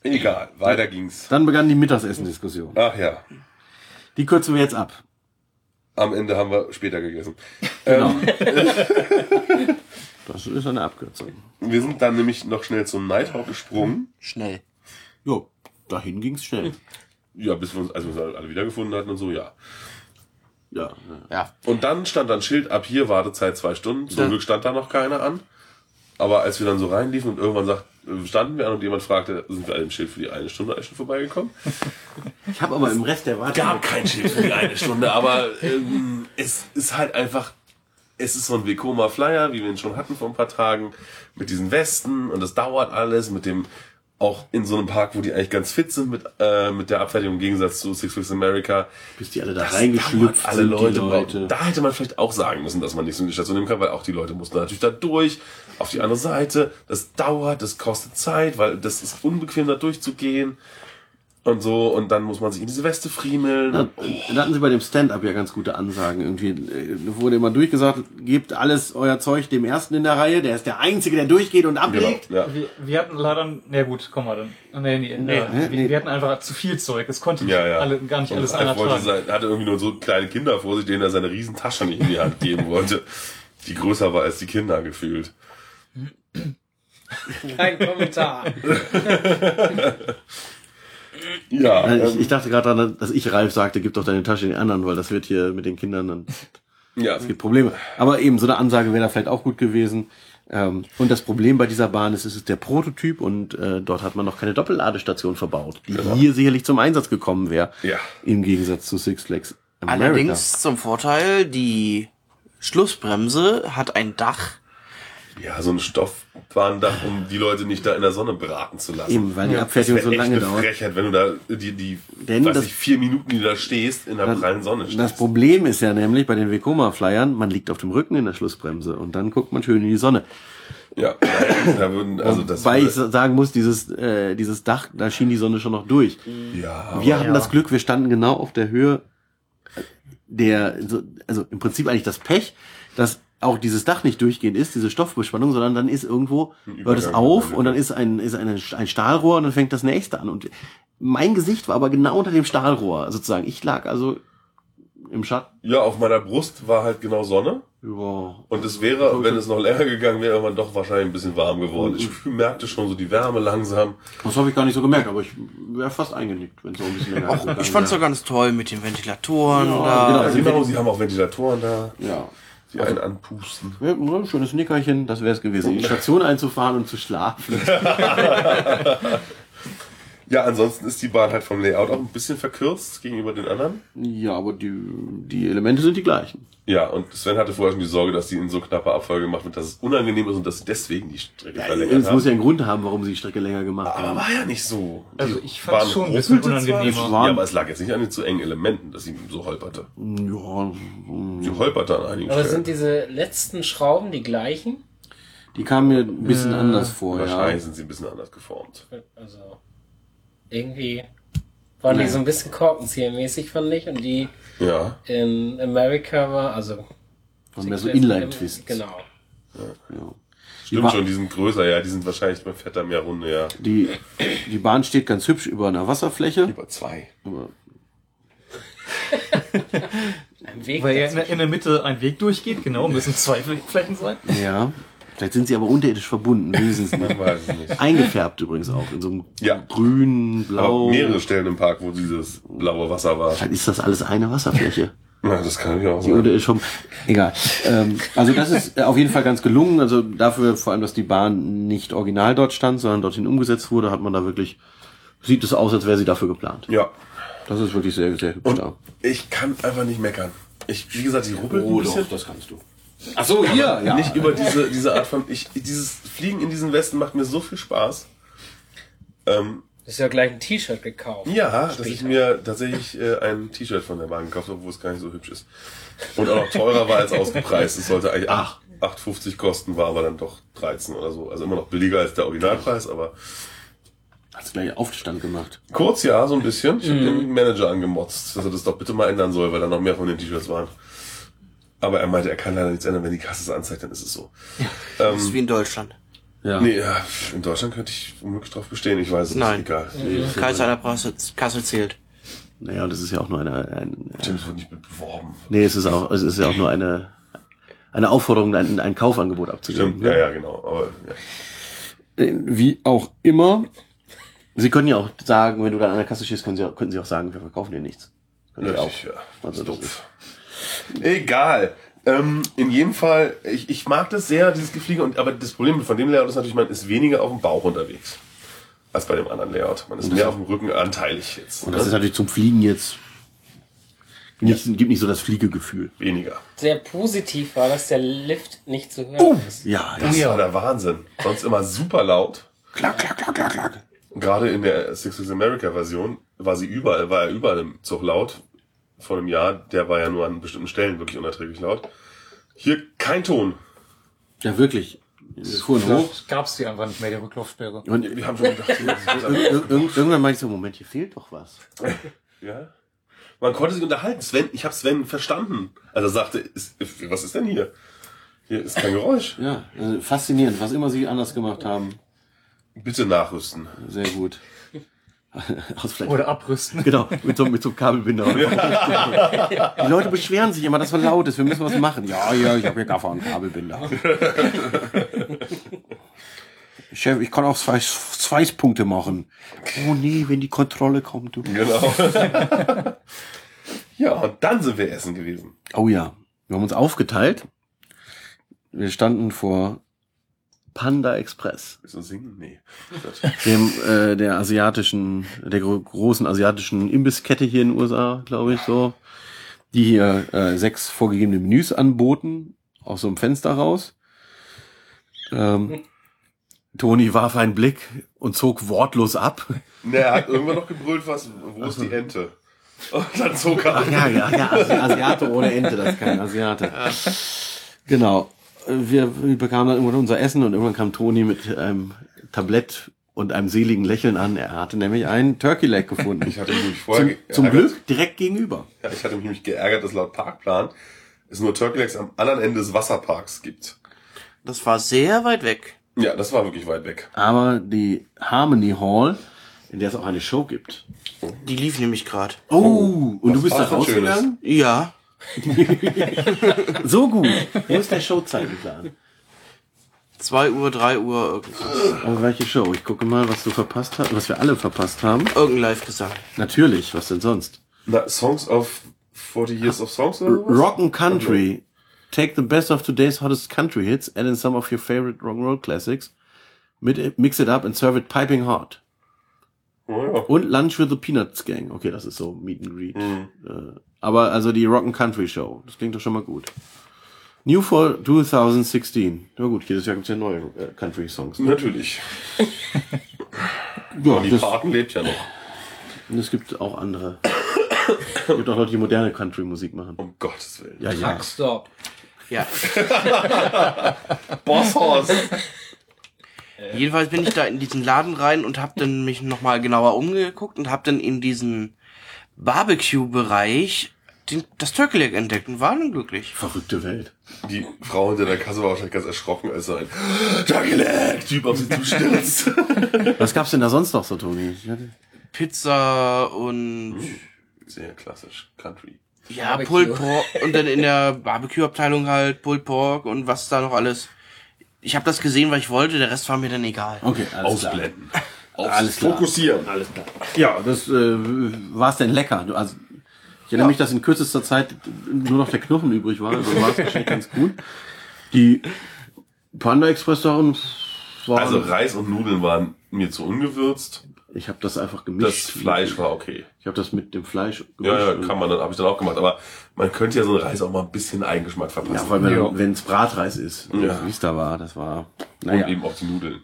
A: Egal, weiter ging's.
C: Dann begann die Mittagessen-Diskussion.
A: Ach ja,
C: Die kürzen wir jetzt ab.
A: am Ende haben wir später gegessen. Ähm,
C: Genau. das ist eine Abkürzung.
A: Wir sind dann nämlich noch schnell zum Nighthawk gesprungen.
D: Schnell.
C: Jo, dahin ging's schnell.
A: Ja, bis wir uns, als wir uns alle wiedergefunden hatten und so, ja.
C: Ja.
D: Ja.
A: Und dann stand dann Schild, ab hier Wartezeit zwei Stunden. Zum
D: Ja.
A: Glück stand da noch keiner an. Aber als wir dann so reinliefen und irgendwann sagt, äh, standen wir an und jemand fragte, sind wir an dem Schild für die eine Stunde eigentlich schon vorbeigekommen?
C: Ich habe aber im Rest der Warte.
A: gab kein Schild für die eine Stunde, aber ähm, es ist halt einfach, es ist so ein Vekoma Flyer, wie wir ihn schon hatten vor ein paar Tagen, mit diesen Westen und das dauert alles, mit dem auch in so einem Park, wo die eigentlich ganz fit sind mit, äh, mit der Abfertigung im Gegensatz zu Six Flags America.
C: Bis die alle da
A: Das
C: reingeschlüpft
A: dauert alle
C: sind,
A: Leute,
C: die Leute.
A: Da hätte man vielleicht auch sagen müssen, dass man nichts in die Station nehmen kann, weil auch die Leute mussten natürlich da durch, auf die andere Seite. Das dauert, das kostet Zeit, weil das ist unbequem, da durchzugehen. und so und dann muss man sich in diese Weste friemeln.
C: Da, da hatten sie bei dem Stand-up ja ganz gute Ansagen irgendwie. Äh, Wurde immer durchgesagt, gebt alles euer Zeug dem ersten in der Reihe, der ist der Einzige, der durchgeht und
A: genau,
C: ablegt.
A: ja.
F: Wir, wir hatten leider, na gut, komm mal dann. Nee, nee, nee,
C: Nee,
F: wir,
C: nee.
F: wir hatten einfach zu viel Zeug. Es konnte nicht
A: Ja, ja.
F: Alle, gar nicht alles
A: er
F: einer
A: wollte
F: tragen.
A: sein, hatte irgendwie nur so kleine Kinder vor sich, denen er seine riesen Tasche nicht in die Hand geben wollte, die größer war als die Kinder gefühlt.
E: Kein Kommentar.
A: Ja,
C: Äh, Ich,
A: ähm,
C: ich dachte gerade daran, dass ich Ralf sagte, gib doch deine Tasche den anderen, weil das wird hier mit den Kindern dann
A: ja,
C: es gibt Probleme. Aber eben so eine Ansage wäre da vielleicht auch gut gewesen. Ähm, und das Problem bei dieser Bahn ist, es ist der Prototyp und äh, dort hat man noch keine Doppelladestation verbaut, die hier sicherlich zum Einsatz gekommen wäre.
A: Ja.
C: Im Gegensatz zu Six Flags America.
D: Allerdings zum Vorteil, die Schlussbremse hat ein Dach.
A: ja, so ein Stoffwarndach, um die Leute nicht da in der Sonne braten zu lassen.
C: Eben, weil die Abfertigung
A: Das
C: so
A: wäre echt
C: lange
A: eine
C: dauert.
A: Frechheit, wenn du da die, die
C: Denn
A: weiß
C: das-
A: ich, vier Minuten, die du da stehst, in der prallen Sonne
C: Das
A: stehst.
C: Problem ist ja nämlich bei den Vekoma-Flyern, man liegt auf dem Rücken in der Schlussbremse und dann guckt man schön in die Sonne.
A: Ja, da würden, also das
C: Wobei ich
A: würde,
C: sa- sagen muss, dieses, äh, dieses Dach, da schien die Sonne schon noch durch.
A: ja,
C: Wir hatten
F: Ja.
C: das Glück, wir standen genau auf der Höhe der, so- also im Prinzip eigentlich das Pech, dass auch dieses Dach nicht durchgehend ist, diese Stoffbespannung, sondern dann ist irgendwo,
A: Ein
C: hört es
A: Übergang.
C: auf und dann ist ein, ist eine, ein Stahlrohr und dann fängt das nächste an. Und mein Gesicht war aber genau unter dem Stahlrohr sozusagen. Ich lag also im Schatten.
A: ja, auf meiner Brust war halt genau Sonne.
C: Ja.
A: Und es wäre, wenn es noch länger gegangen wäre, man doch wahrscheinlich ein bisschen warm geworden.
C: Mhm.
A: Ich merkte schon so die Wärme langsam.
C: Das habe ich gar nicht so gemerkt, aber ich wäre fast eingenickt, wenn es so ein bisschen länger gegangen
D: Ich fand's
C: wäre.
D: ja ganz toll mit den Ventilatoren
C: genau.
D: da.
A: Ja,
C: also
A: genau,
C: wenn- Also
A: sie haben auch Ventilatoren da,
C: ja.
A: die einen anpusten.
C: Ja, ein schönes Nickerchen, das wäre es gewesen.
D: Oh.
C: In die Station einzufahren und zu schlafen.
A: Ja, ansonsten ist die Bahn halt vom Layout auch ein bisschen verkürzt gegenüber den anderen.
C: Ja, aber die, die Elemente sind die gleichen.
A: Ja, und Sven hatte vorher schon die Sorge, dass die in so knapper Abfolge gemacht wird, dass es unangenehm ist und dass sie deswegen die Strecke verlängert
C: Es muss
A: haben.
C: ja einen Grund haben, warum sie die Strecke länger gemacht
A: Aber
C: haben.
A: war ja nicht so. Die
F: Also ich fand's
A: Bahn
F: schon ein bisschen
A: rumpelte zwar,
F: unangenehmer.
A: es- Ja, aber es lag jetzt nicht an den zu engen Elementen, dass sie so holperte.
C: Ja,
A: Sie
C: Mhm.
A: holperte an einigen
E: Aber
A: Stellen.
E: sind diese letzten Schrauben die gleichen?
C: die kam mir ein bisschen anders vor, Oh, ja.
A: Wahrscheinlich sind sie ein bisschen anders geformt.
E: Also irgendwie waren die
C: Nee.
E: so ein bisschen korkenziehermäßig, fand ich. Und die
A: Ja.
E: in America war, also...
C: Von mehr so Inline-Twists.
E: Genau.
C: Ja. Die,
A: Stimmt
C: Ba-
A: schon, die sind größer, ja. Die sind wahrscheinlich bei fetter mehr Runde, ja.
C: die, die Bahn steht ganz hübsch über einer Wasserfläche.
A: Über zwei.
E: Ein Weg
F: Weil ja in,
E: dazwischen.
F: der- in der Mitte ein Weg durchgeht, genau, müssen zwei Flächen sein.
C: Ja. Vielleicht sind sie aber unterirdisch verbunden, wenigstens nicht.
A: Ich weiß es nicht.
C: Eingefärbt übrigens auch, in so einem
A: Ja.
C: grün,
A: Aber
C: blau.
A: mehrere Stellen im Park, wo dieses blaue Wasser war.
C: Vielleicht ist das alles eine Wasserfläche.
A: Ja, das kann ich auch
C: Die Oder
A: sagen.
C: ist schon, egal. Ähm, also das ist auf jeden Fall ganz gelungen. Also dafür vor allem, dass die Bahn nicht original dort stand, sondern dorthin umgesetzt wurde, hat man da wirklich, sieht es aus, als wäre sie dafür geplant.
A: Ja.
C: Das ist wirklich sehr, sehr hübsch
A: Und
C: da.
A: ich kann einfach nicht meckern. Ich, wie gesagt, die ruppelt ein bisschen.
C: Oh, das kannst du. Ach so, hier, ja.
A: Oh, Nicht über diese, diese Art von. Ich, dieses Fliegen in diesen Westen macht mir so viel Spaß. Ähm,
E: Du hast ja gleich ein T-Shirt gekauft.
A: ja, dass
E: Später.
A: ich mir tatsächlich äh, ein T-Shirt von der Bahn gekauft habe, wo es gar nicht so hübsch ist. Und auch noch teurer war als ausgepreist. Es sollte eigentlich 8 8,50 kosten, war aber dann doch 13 oder so. Also immer noch billiger als der Originalpreis, aber
C: Hat's gleich Aufstand gemacht.
A: Kurz ja, so ein bisschen.
C: Mhm.
A: Ich hab den Manager angemotzt, dass er das doch bitte mal ändern soll, weil da noch mehr von den T-Shirts waren. Aber er meinte, er kann leider nichts ändern, wenn die Kasse es anzeigt, dann ist es so.
D: Das ist wie in Deutschland.
C: Ja.
A: Nee, ja, in Deutschland könnte ich unmöglich drauf bestehen, ich weiß es
D: Nein.
A: nicht, egal.
D: Keins einer Kasse, Kasse zählt.
C: Naja, das ist ja auch nur eine, ein,
A: Stimmt, es wird nicht mit beworben.
C: nee, es ist auch, es ist ja auch nur eine, eine Aufforderung, ein, ein Kaufangebot abzugeben.
A: Stimmt, ja, ja, genau. Aber ja.
C: wie auch immer. Sie können ja auch sagen, wenn du dann an der Kasse stehst, können sie, auch- könnten sie auch sagen, wir verkaufen dir nichts. Können sie
A: Natürlich,
C: auch.
A: ja.
C: Also doof.
A: Egal. Ähm, in jedem Fall, ich, ich mag das sehr, dieses Gefliege, und, aber das Problem von dem Layout ist natürlich, man ist weniger auf dem Bauch unterwegs als bei dem anderen Layout. Man ist mehr auf dem Rücken anteilig jetzt.
C: Und
A: ne?
C: das ist natürlich zum Fliegen jetzt nicht, gibt nicht so das Fliegegefühl.
A: weniger.
E: Sehr positiv war, dass der Lift nicht zu hören ist.
C: Ja,
A: Das
C: ja.
A: war der Wahnsinn. Sonst immer super laut.
C: Klack, klack, klack, klack, klack.
A: Gerade in der Six Weeks America Version war sie überall, war er überall im Zug laut. Vor einem Jahr, der war ja nur an bestimmten Stellen wirklich unerträglich laut. Hier kein Ton.
C: Ja, wirklich. Wir fuhren hoch.
B: Vielleicht gab's die einfach nicht mehr, die Rücklaufsperre.
C: Und
A: Wir
C: ir
A: haben schon gedacht, hier ist
C: ir
A: es.
C: ir irgendwann meinte ich so, Moment, hier fehlt doch was.
A: ja. Man konnte sich unterhalten. Sven, ich habe Sven verstanden. Also er sagte, ist, was ist denn hier? Hier ist kein Geräusch.
C: Ja, also faszinierend, was immer sie anders gemacht haben.
A: Bitte nachrüsten.
C: Sehr gut. Aus vielleicht
B: Oder abrüsten.
C: Genau, mit so, mit so einem Kabelbinder. Die Leute beschweren sich immer, dass man laut ist. Wir müssen was machen. Ja, ja, ich habe hier Gaffer und Kabelbinder. Chef, ich kann auch zwei, zwei Punkte machen. Oh nee, wenn die Kontrolle kommt. Du.
A: Genau. ja, und dann sind wir essen gewesen.
C: Oh ja, wir haben uns aufgeteilt. Wir standen vor Panda Express,
A: Ist uns singen? Nee.
C: dem äh, der asiatischen, der gro großen asiatischen Imbisskette hier in den USA, glaube ich so, die hier äh, sechs vorgegebene Menüs anboten aus so einem Fenster raus. Ähm, Toni warf einen Blick und zog wortlos ab.
A: Na, er hat irgendwann noch gebrüllt, was, wo ist die Ente? Und dann zog er.
C: Ach ja, ja, ja, Asi- Also Asiate ohne Ente, das ist kein Asiate. Genau. Wir bekamen dann irgendwann unser Essen und irgendwann kam Toni mit einem Tablett und einem seligen Lächeln an. Er hatte nämlich einen Turkey Leg gefunden.
A: Ich hatte mich nämlich vorher
C: Zum,
A: geärgert.
C: zum Glück direkt gegenüber.
A: Ja, ich hatte mich nämlich geärgert, dass laut Parkplan es nur Turkey Legs am anderen Ende des Wasserparks gibt.
D: Das war sehr weit weg.
A: Ja, das war wirklich weit weg.
C: Aber die Harmony Hall, in der es auch eine Show gibt.
D: Die lief nämlich gerade.
C: Oh, und du bist da
A: war's denn Schönes?
C: rausgegangen?
D: Ja.
C: So gut. Wo ist der Showzeitplan?
D: 2 Uhr, 3 Uhr, irgendwas.
C: Aber welche Show? Ich gucke mal, was du verpasst hast, was wir alle verpasst haben.
D: Irgendein Live-Gesang.
C: Natürlich, was denn sonst?
A: Na, Songs of 40 Years of Songs oder sowas?
C: Rock and Country. Take the best of today's hottest country hits, add in some of your favorite rock and roll classics, mit- mix it up and serve it piping hot.
A: Oh, ja.
C: Und Lunch with the Peanuts Gang. Okay, das ist so Meet and Greet. Äh, aber also die Rock and Country Show. Das klingt doch schon mal gut. New for 2016. Na gut, jedes Jahr gibt's ja neue äh, Country Songs.
A: Natürlich.
C: Ja,
A: Die
C: das,
A: Parken lebt ja noch.
C: das gibt auch andere. Es gibt auch Leute, die moderne Country Musik machen.
A: Um Gottes Willen.
C: Ja, ja.
F: Truckstop.
D: Ja.
A: Boss Horse.
D: Jedenfalls bin ich da in diesen Laden rein und habe dann mich nochmal genauer umgeguckt und habe dann in diesen Barbecue-Bereich den- das Turkey Leg entdeckt und war dann glücklich.
C: Verrückte Welt.
A: Die Frau hinter der Kasse war wahrscheinlich ganz erschrocken, als so ein Turkey Leg Typ auf sie zustürzt.
C: Was gab's denn da sonst noch so, Toni?
D: Pizza und
A: Sehr klassisch. Country.
D: ja,
E: Barbecue.
D: Pulled Pork und dann in der Barbecue-Abteilung halt Pulled Pork und was da noch alles. Ich habe das gesehen, was ich wollte, der Rest war mir dann egal.
C: Okay, alles klar.
A: Ausblenden. Aufs
C: Alles klar.
A: Fokussieren.
C: Alles klar. Ja, das äh, war es denn lecker. Du, Also, ich erinnere mich, dass in kürzester Zeit nur noch der Knochen übrig war. Also war es wahrscheinlich ganz gut. Die Panda Express waren, waren
A: Also Reis und Nudeln waren mir zu ungewürzt.
C: ich habe das einfach gemischt.
A: Das Fleisch war okay.
C: Ich habe das mit dem Fleisch gemischt.
A: Ja, ja,
C: und-
A: kann man dann, habe ich dann auch gemacht. Aber man könnte ja so einen Reis auch mal ein bisschen Eigengeschmack
C: Ja,
A: verpassen.
C: weil
B: Ja.
C: wenn es Bratreis ist,
A: Ja.
C: wie es da war, das war.
A: und
C: Naja,
A: eben auch die Nudeln.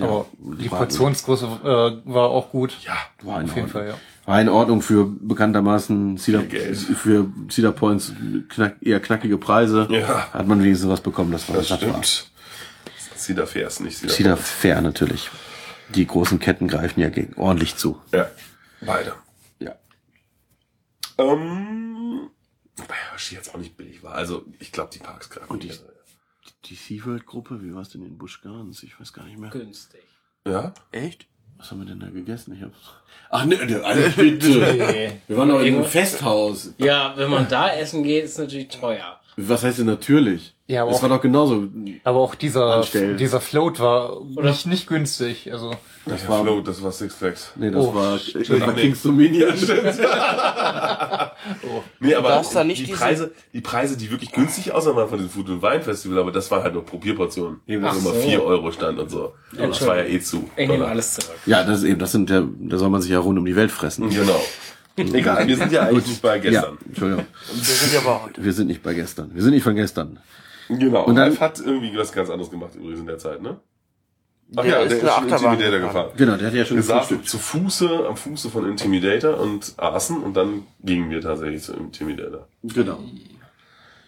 B: Aber die Portionsgröße äh, war auch gut. Ja,
C: war in
B: auf jeden
C: Ordnung.
B: Fall, ja.
C: War in Ordnung für bekanntermaßen Cedar,
A: Viel Geld.
C: für Cedar Points knack, eher knackige Preise.
A: Ja.
C: Hat man wenigstens was bekommen, das war
A: Das
C: das war-
A: stimmt. Cedar Fairs, nicht Cedar.
C: Cedar Fair natürlich. Die großen Ketten greifen ja gegen, ordentlich zu.
A: Ja, beide.
C: Ja.
A: Ähm, wobei Hershey jetzt auch nicht billig war. Also ich glaube, die Parks greifen.
C: Und die-
A: nicht.
C: Die SeaWorld-Gruppe, wie war es denn in Busch Gardens? Ich weiß gar nicht mehr.
E: Günstig.
A: ja?
D: Echt?
C: Was haben wir denn da gegessen? Ich hab's. Ach ne, ne also bitte.
E: Nee.
C: wir waren doch in einem Festhaus.
E: Ja, wenn man da essen geht, ist natürlich teuer.
C: Was heißt denn natürlich?
B: Ja, aber
C: das
B: auch-
C: war doch genauso.
B: Aber auch dieser,
C: Anstellen.
B: dieser Float war nicht, nicht günstig. Also,
A: Das
C: war-
A: war Flo, das war Six Flags.
C: Nee, das
B: Oh,
C: war, das war
A: Nee.
C: Kings Dominion.
A: Nee, aber
D: hast da nicht
A: die
D: diese-
A: Preise, die Preise, die wirklich günstig aussahen, waren von dem Food and Wine Festival, aber das waren halt nur Probierportionen, wo
C: Ach
A: immer
E: so.
A: 4 Euro stand und so. Und das war ja eh zu.
E: Ich nehme
A: Dollar.
E: alles zurück.
C: Ja, das ist eben, das sind ja, da soll man sich ja rund um die Welt fressen.
A: Genau. Egal, wir sind ja eigentlich nicht bei gestern.
C: Ja, Entschuldigung.
D: Wir sind ja aber heute.
C: Wir sind nicht bei gestern. Wir sind nicht von gestern.
A: Genau.
C: Und
A: Und
C: dann-
A: Ralf hat irgendwie was ganz anderes gemacht übrigens in der Zeit, ne? Ach
D: Der ist eine
A: schon
D: Achterbahn
A: Intimidator
D: gefahren.
A: gefahren.
C: Genau, der hat ja schon
A: Wir saßen
C: gefrühstückt.
A: zu Fuße, am Fuße von Intimidator und aßen und dann gingen wir tatsächlich zu Intimidator.
C: Genau.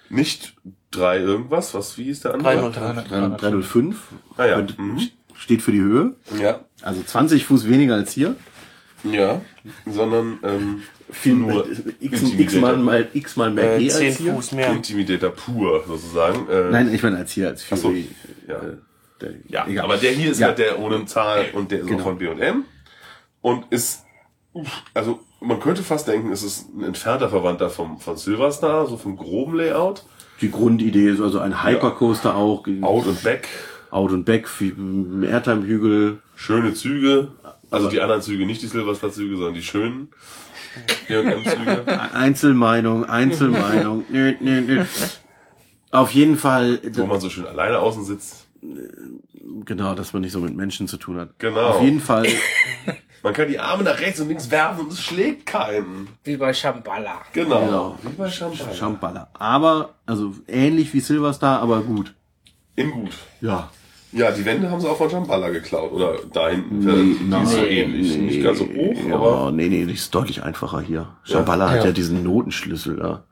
A: Nicht 3 irgendwas, was, wie ist der andere?
D: 303.
F: 300.
C: 305
A: Ah ja.
C: Und
A: Mhm.
C: steht für die Höhe,
A: Ja,
C: also 20 Fuß weniger als hier.
A: ja, sondern ähm, nur
C: Äh, x, x mal mal x mal mehr
D: Äh,
C: G als
D: 10
C: hier.
D: Fuß mehr.
A: Intimidator pur sozusagen. Äh,
C: Nein, ich meine als hier als
A: so,
C: Fury.
A: ja.
C: Äh, der,
A: ja,
C: egal.
A: aber der hier ist ja,
C: Ja.
A: der ohne Zahl und der ist
C: Genau.
A: auch von B&M und ist, uff, also man könnte fast denken, es ist ein entfernter Verwandter vom, von Silverstar, so vom groben Layout.
C: die Grundidee ist also ein Hypercoaster auch
A: Out und Back,
C: Out und Back, wie im Airtime Hügel.
A: schöne Züge, also die anderen Züge, nicht die Silverstar-Züge, sondern die schönen B&M-Züge.
C: Einzelmeinung, Einzelmeinung. nö, nö, nö. Auf jeden Fall,
A: wo man so schön alleine außen sitzt.
C: genau, dass man nicht so mit Menschen zu tun hat.
A: Genau.
C: Auf jeden Fall
A: Man kann die Arme nach rechts und links werfen und es schlägt keinen.
E: Wie bei Shambhala.
A: Genau.
C: Genau.
A: Wie bei Champagner.
C: Schampaler. Aber, also ähnlich wie Silverstar, aber gut.
A: In gut.
C: Ja.
A: Ja, die Wände haben sie auch von Champagner geklaut. Oder da hinten. die ist so ähnlich.
C: nee,
A: Nicht ganz so hoch,
C: ja,
A: aber.
C: Nee, nee, das ist deutlich einfacher hier. Schampala hat
B: Ja.
C: ja diesen Notenschlüssel da.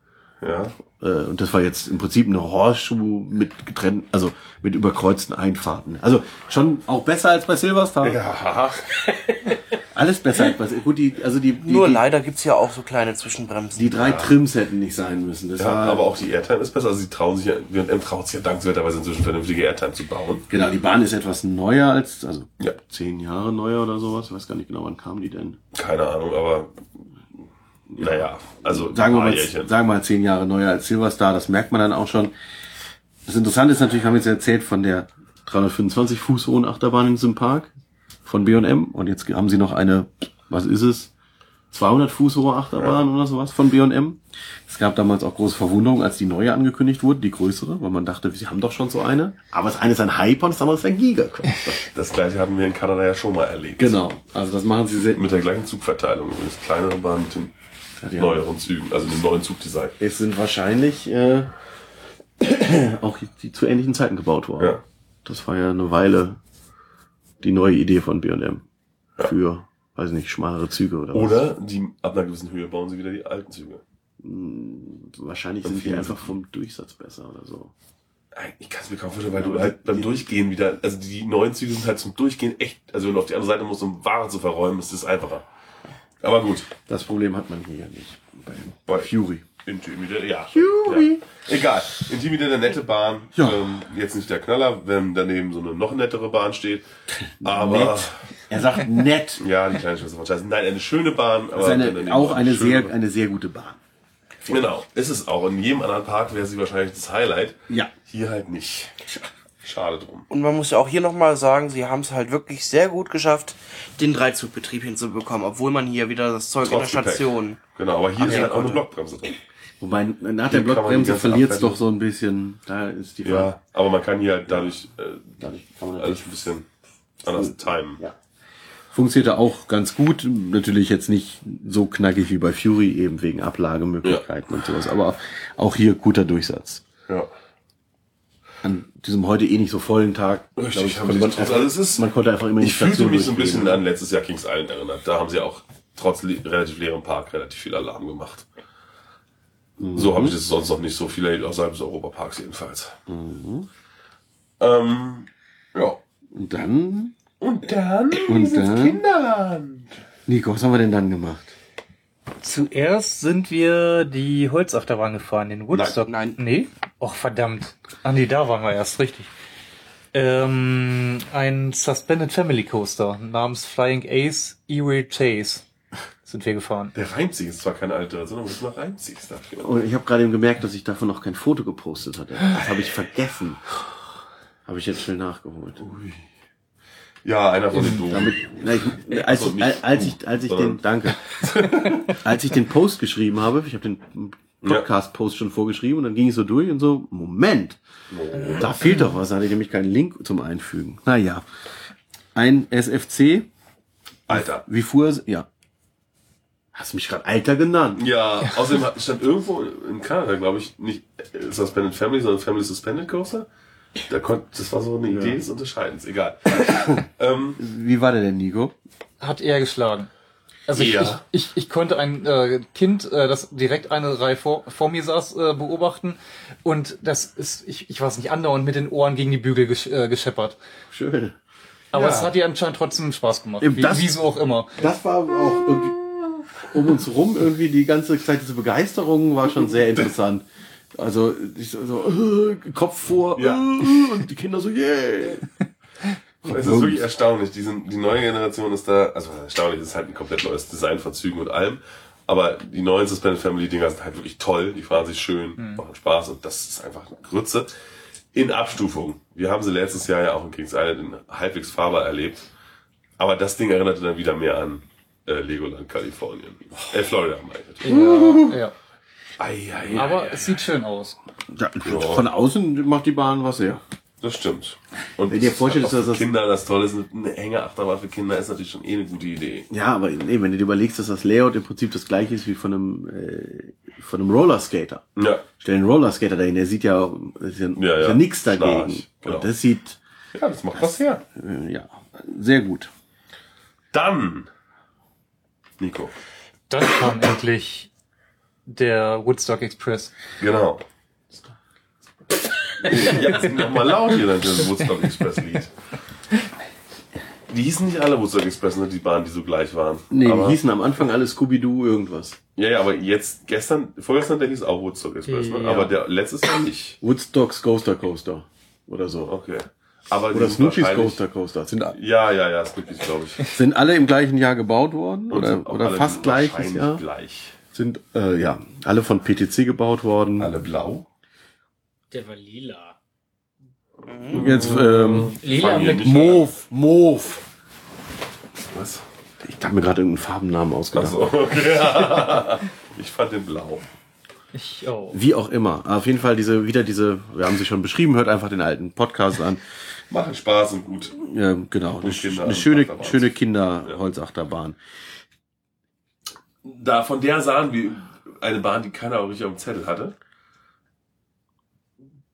A: Ja.
C: Äh, Und das war jetzt im Prinzip eine Horseshoe mit getrennten, also mit überkreuzten Einfahrten. Also schon auch besser als bei Silverstar.
A: Ja.
C: Alles besser als bei Gut, die, also die, die,
D: Nur
C: die,
D: leider gibt's hier auch so kleine Zwischenbremsen.
C: die drei Trims hätten nicht sein müssen. Das
A: ja.
C: war,
A: Aber auch die Airtime ist besser. Also sie trauen sich ja, WM traut sich ja dankenswerterweise inzwischen vernünftige Airtime zu bauen.
C: genau, die Bahn ist etwas neuer als, also
A: Ja.
C: zehn Jahre neuer oder sowas. Ich weiß gar nicht genau, wann kam die denn?
A: Keine Ahnung, aber. Naja, also.
C: sagen wir,
A: ein
C: mal,
A: Jährchen.
C: sagen wir mal zehn Jahre neuer als Silverstar, das merkt man dann auch schon. Das Interessante ist natürlich, wir haben jetzt erzählt von der 325 Fuß hohen Achterbahn in diesem Park von B&M und jetzt haben sie noch eine, was ist es, 200 Fuß hohe Achterbahn oder sowas von B&M. Es gab damals auch große Verwunderung, als die neue angekündigt wurde, die größere, weil man dachte, sie haben doch schon so eine. Aber das eine ist ein Hyper und das andere ist ein Gigacoaster.
A: Das gleiche haben wir in Kanada ja schon mal erlebt.
C: genau, also das machen sie selten.
A: Mit der gleichen Zugverteilung. Übrigens kleinere Bahn mit den
C: Ja.
A: neueren Zügen, also dem neuen Zugdesign.
C: Es sind wahrscheinlich äh, auch die zu ähnlichen Zeiten gebaut worden.
A: Ja.
C: Das war ja eine Weile die neue Idee von B&M. Für, weiß nicht, schmalere Züge oder was.
A: Oder die, ab einer gewissen Höhe bauen sie wieder die alten Züge.
C: Hm, Wahrscheinlich
A: Und
C: sind die
A: viel-
C: einfach vom Durchsatz besser oder so.
A: Ich kann es mir kaum vorstellen, weil du halt beim Durchgehen wieder, also die neuen Züge sind halt zum Durchgehen echt, also wenn du auf die andere Seite musst, um Ware zu verräumen, ist das einfacher. Aber gut.
C: Das Problem hat man hier ja nicht. Bei,
A: Bei-
C: Fury.
A: Intimidator, ja.
C: Fury.
A: ja. Egal. Intimidator, eine nette Bahn.
C: Ja.
A: Ähm, jetzt nicht der Knaller, wenn daneben so eine noch nettere Bahn steht. Aber,
C: Nett. Er sagt nett.
A: ja, die kleine Schwester von Scheiße. Nein, eine schöne Bahn.
C: Das
A: Aber
C: ist
A: wenn daneben
C: eine, auch
A: noch
C: eine
A: schöne
C: sehr, eine sehr gute Bahn.
A: Genau, ist es auch. In jedem anderen Park wäre sie wahrscheinlich das Highlight.
C: Ja.
A: Hier halt nicht. Schade drum.
D: Und man muss ja auch hier nochmal sagen, sie haben es halt wirklich sehr gut geschafft, den Dreizugbetrieb hinzubekommen, obwohl man hier wieder das Zeug in der
A: Trotz Gepäck.
D: Station.
A: Genau, aber hier ist
D: ja,
A: halt auch eine
D: konnte.
A: Blockbremse drin.
C: Wobei nach der
A: Hier kann man die
C: Blockbremse
A: ganze
C: verliert es
A: Abwertung-
C: doch so ein bisschen. Da ist die
A: Ja, aber man kann hier halt dadurch äh,
C: Dadurch kann man Hm.
A: alles ein bisschen anders timen.
C: Ja. Funktionierte auch ganz gut. Natürlich jetzt nicht so knackig wie bei Fury, eben wegen Ablagemöglichkeiten und sowas. Aber auch hier guter Durchsatz.
A: Ja.
C: An diesem heute eh nicht so vollen Tag.
A: Richtig,
C: glaub ich,
A: haben
C: konnte
A: sie
C: man,
A: trotz-
C: einfach,
A: also es ist-
C: man konnte einfach immer
A: Ich fühlte mich so ein
C: durchgehen.
A: bisschen an letztes Jahr Kings Island erinnert. Da haben sie auch trotz le relativ leerem Park relativ viel Alarm gemacht.
C: Mhm.
A: So habe ich das sonst noch nicht so viel außerhalb des Europaparks jedenfalls.
C: Mhm.
A: Ähm, ja.
C: Und dann?
A: Und dann
C: Und dann?
A: Kinderland.
C: Nico, was haben wir denn dann gemacht?
F: Zuerst sind wir die Holzachterbahn gefahren, den Woodstock.
D: Nein,
F: Nee? Och, verdammt. Ah, nee, da waren wir erst, richtig. Ähm, ein Suspended Family Coaster namens Flying Ace Erie Chase sind wir gefahren.
A: Der reimt sich ist zwar keine Alteration, aber es ist noch reimt sich dafür.
C: Und ich habe gerade eben gemerkt, dass ich davon noch kein Foto gepostet hatte. Das habe ich vergessen. Habe ich jetzt schnell
A: Oh.
C: nachgeholt.
A: Ja, einer von den Doofen.
C: Damit, na, ich, als, ich, als ich, als ich den, danke, als ich den Post geschrieben habe, ich habe den Podcast-Post schon vorgeschrieben und dann ging ich so durch und so, Moment, da fehlt doch was, da hatte ich nämlich keinen Link zum Einfügen. Naja, ein SFC,
A: Alter.
C: wie fuhr es, ja. Hast mich gerade Alter genannt.
A: Ja, außerdem hat- stand irgendwo in Kanada, glaube ich, nicht äh, Suspended Family, sondern Family Suspended Coaster. Da konnt, das war so eine Idee des Unterscheidens, egal. ähm,
C: Wie war der denn, Nico?
F: Hat er geschlagen. Also ich,
A: Ja.
F: ich, ich, ich konnte ein äh, Kind, äh, das direkt eine Reihe vor, vor mir saß, äh, beobachten und das ist, ich, ich weiß nicht, andauernd mit den Ohren gegen die Bügel gesch äh, gescheppert.
C: Schön.
F: Aber es hat ihr anscheinend trotzdem Spaß gemacht,
C: Eben
F: wie,
C: das-
F: wieso auch immer.
C: Das war aber auch irgendwie um uns rum irgendwie die ganze Zeit diese Begeisterung war schon sehr interessant. Also ich so, so äh, Kopf vor
A: Ja.
C: äh, und die Kinder so yeah.
A: Es ist wirklich erstaunlich. Die, sind, die neue Generation ist da, also erstaunlich ist halt ein komplett neues Design von Zügen und allem. Aber die neuen Suspended Family Dinger sind halt wirklich toll. Die fahren sich schön,
F: Mhm.
A: machen Spaß und das ist einfach eine Grütze. In Abstufung. Wir haben sie letztes Jahr ja auch in Kings Island in halbwegs fahrbar erlebt. Aber das Ding erinnerte dann wieder mehr an äh, Legoland Kalifornien. Äh, Florida, meine ich.
F: Ja,
A: Ei, ei, ei,
F: ja. Aber
A: ei.
F: es sieht schön aus.
C: Ja, Von außen macht die Bahn was her.
A: Das stimmt. Und
C: Wenn ihr vorstellt,
A: das ist
C: dass
A: für
C: das-
A: Kinder das Tolle ist, eine enge Achterbahn für Kinder ist natürlich schon eh eine gute Idee.
C: Ja, aber nee, wenn du dir überlegst, dass das Layout im Prinzip das gleiche ist wie von einem äh, von einem Rollerskater.
A: Ja.
C: Stell den Rollerskater dahin, der sieht ja, ist ja,
A: Ja,
C: Ist
A: ja.
C: ja nichts dagegen.
A: Schnarch, genau.
C: Und das sieht
A: Ja, das macht was her.
C: äh, ja sehr gut.
A: Dann, Nico.
F: Dann kam endlich der Woodstock Express.
A: Genau. ja, sind doch mal laut hier dann das Woodstock Express Lied. Die hießen nicht alle Woodstock Express, ne, die Bahnen, die so gleich waren.
C: Nee,
A: aber,
C: die hießen am Anfang alle Scooby-Doo irgendwas.
A: Ja, ja, aber jetzt, gestern, vorgestern, der hieß auch Woodstock Express, ne?
F: Ja.
A: aber der letztes Jahr nicht.
C: Woodstocks Coaster Coaster oder so.
A: Okay. Aber die
C: Oder
A: sind
C: Snoopy's
A: wahrscheinlich-
C: Coaster Coaster. Sind,
A: Ja, ja, ja, Snoopy's, glaube ich.
C: sind alle im gleichen Jahr gebaut worden
A: Und
C: oder,
A: sind auch
C: oder
A: alle
C: fast gleiches
A: wahrscheinlich
C: Jahr.
A: gleich.
C: Sind äh, ja alle von PTC gebaut worden.
A: Alle blau?
E: Der war lila.
C: Jetzt ähm,
E: Lila
A: Fangen wir
E: mit
A: nicht
C: Move, Move.
A: Was?
C: Ich habe mir gerade irgendeinen Farbennamen ausgedacht.
A: Achso, okay. ich fand den blau.
F: Ich auch.
C: Wie auch immer. Auf jeden Fall diese, wieder diese, wir haben sie schon beschrieben, hört einfach den alten Podcast an.
A: Machen Spaß und gut.
C: Ähm, genau, eine,
A: Kinder-
C: eine schöne,
A: Achterbahn.
C: schöne Kinderholzachterbahn.
A: Da von der sahen wir eine Bahn, die keiner auch richtig auf dem Zettel hatte.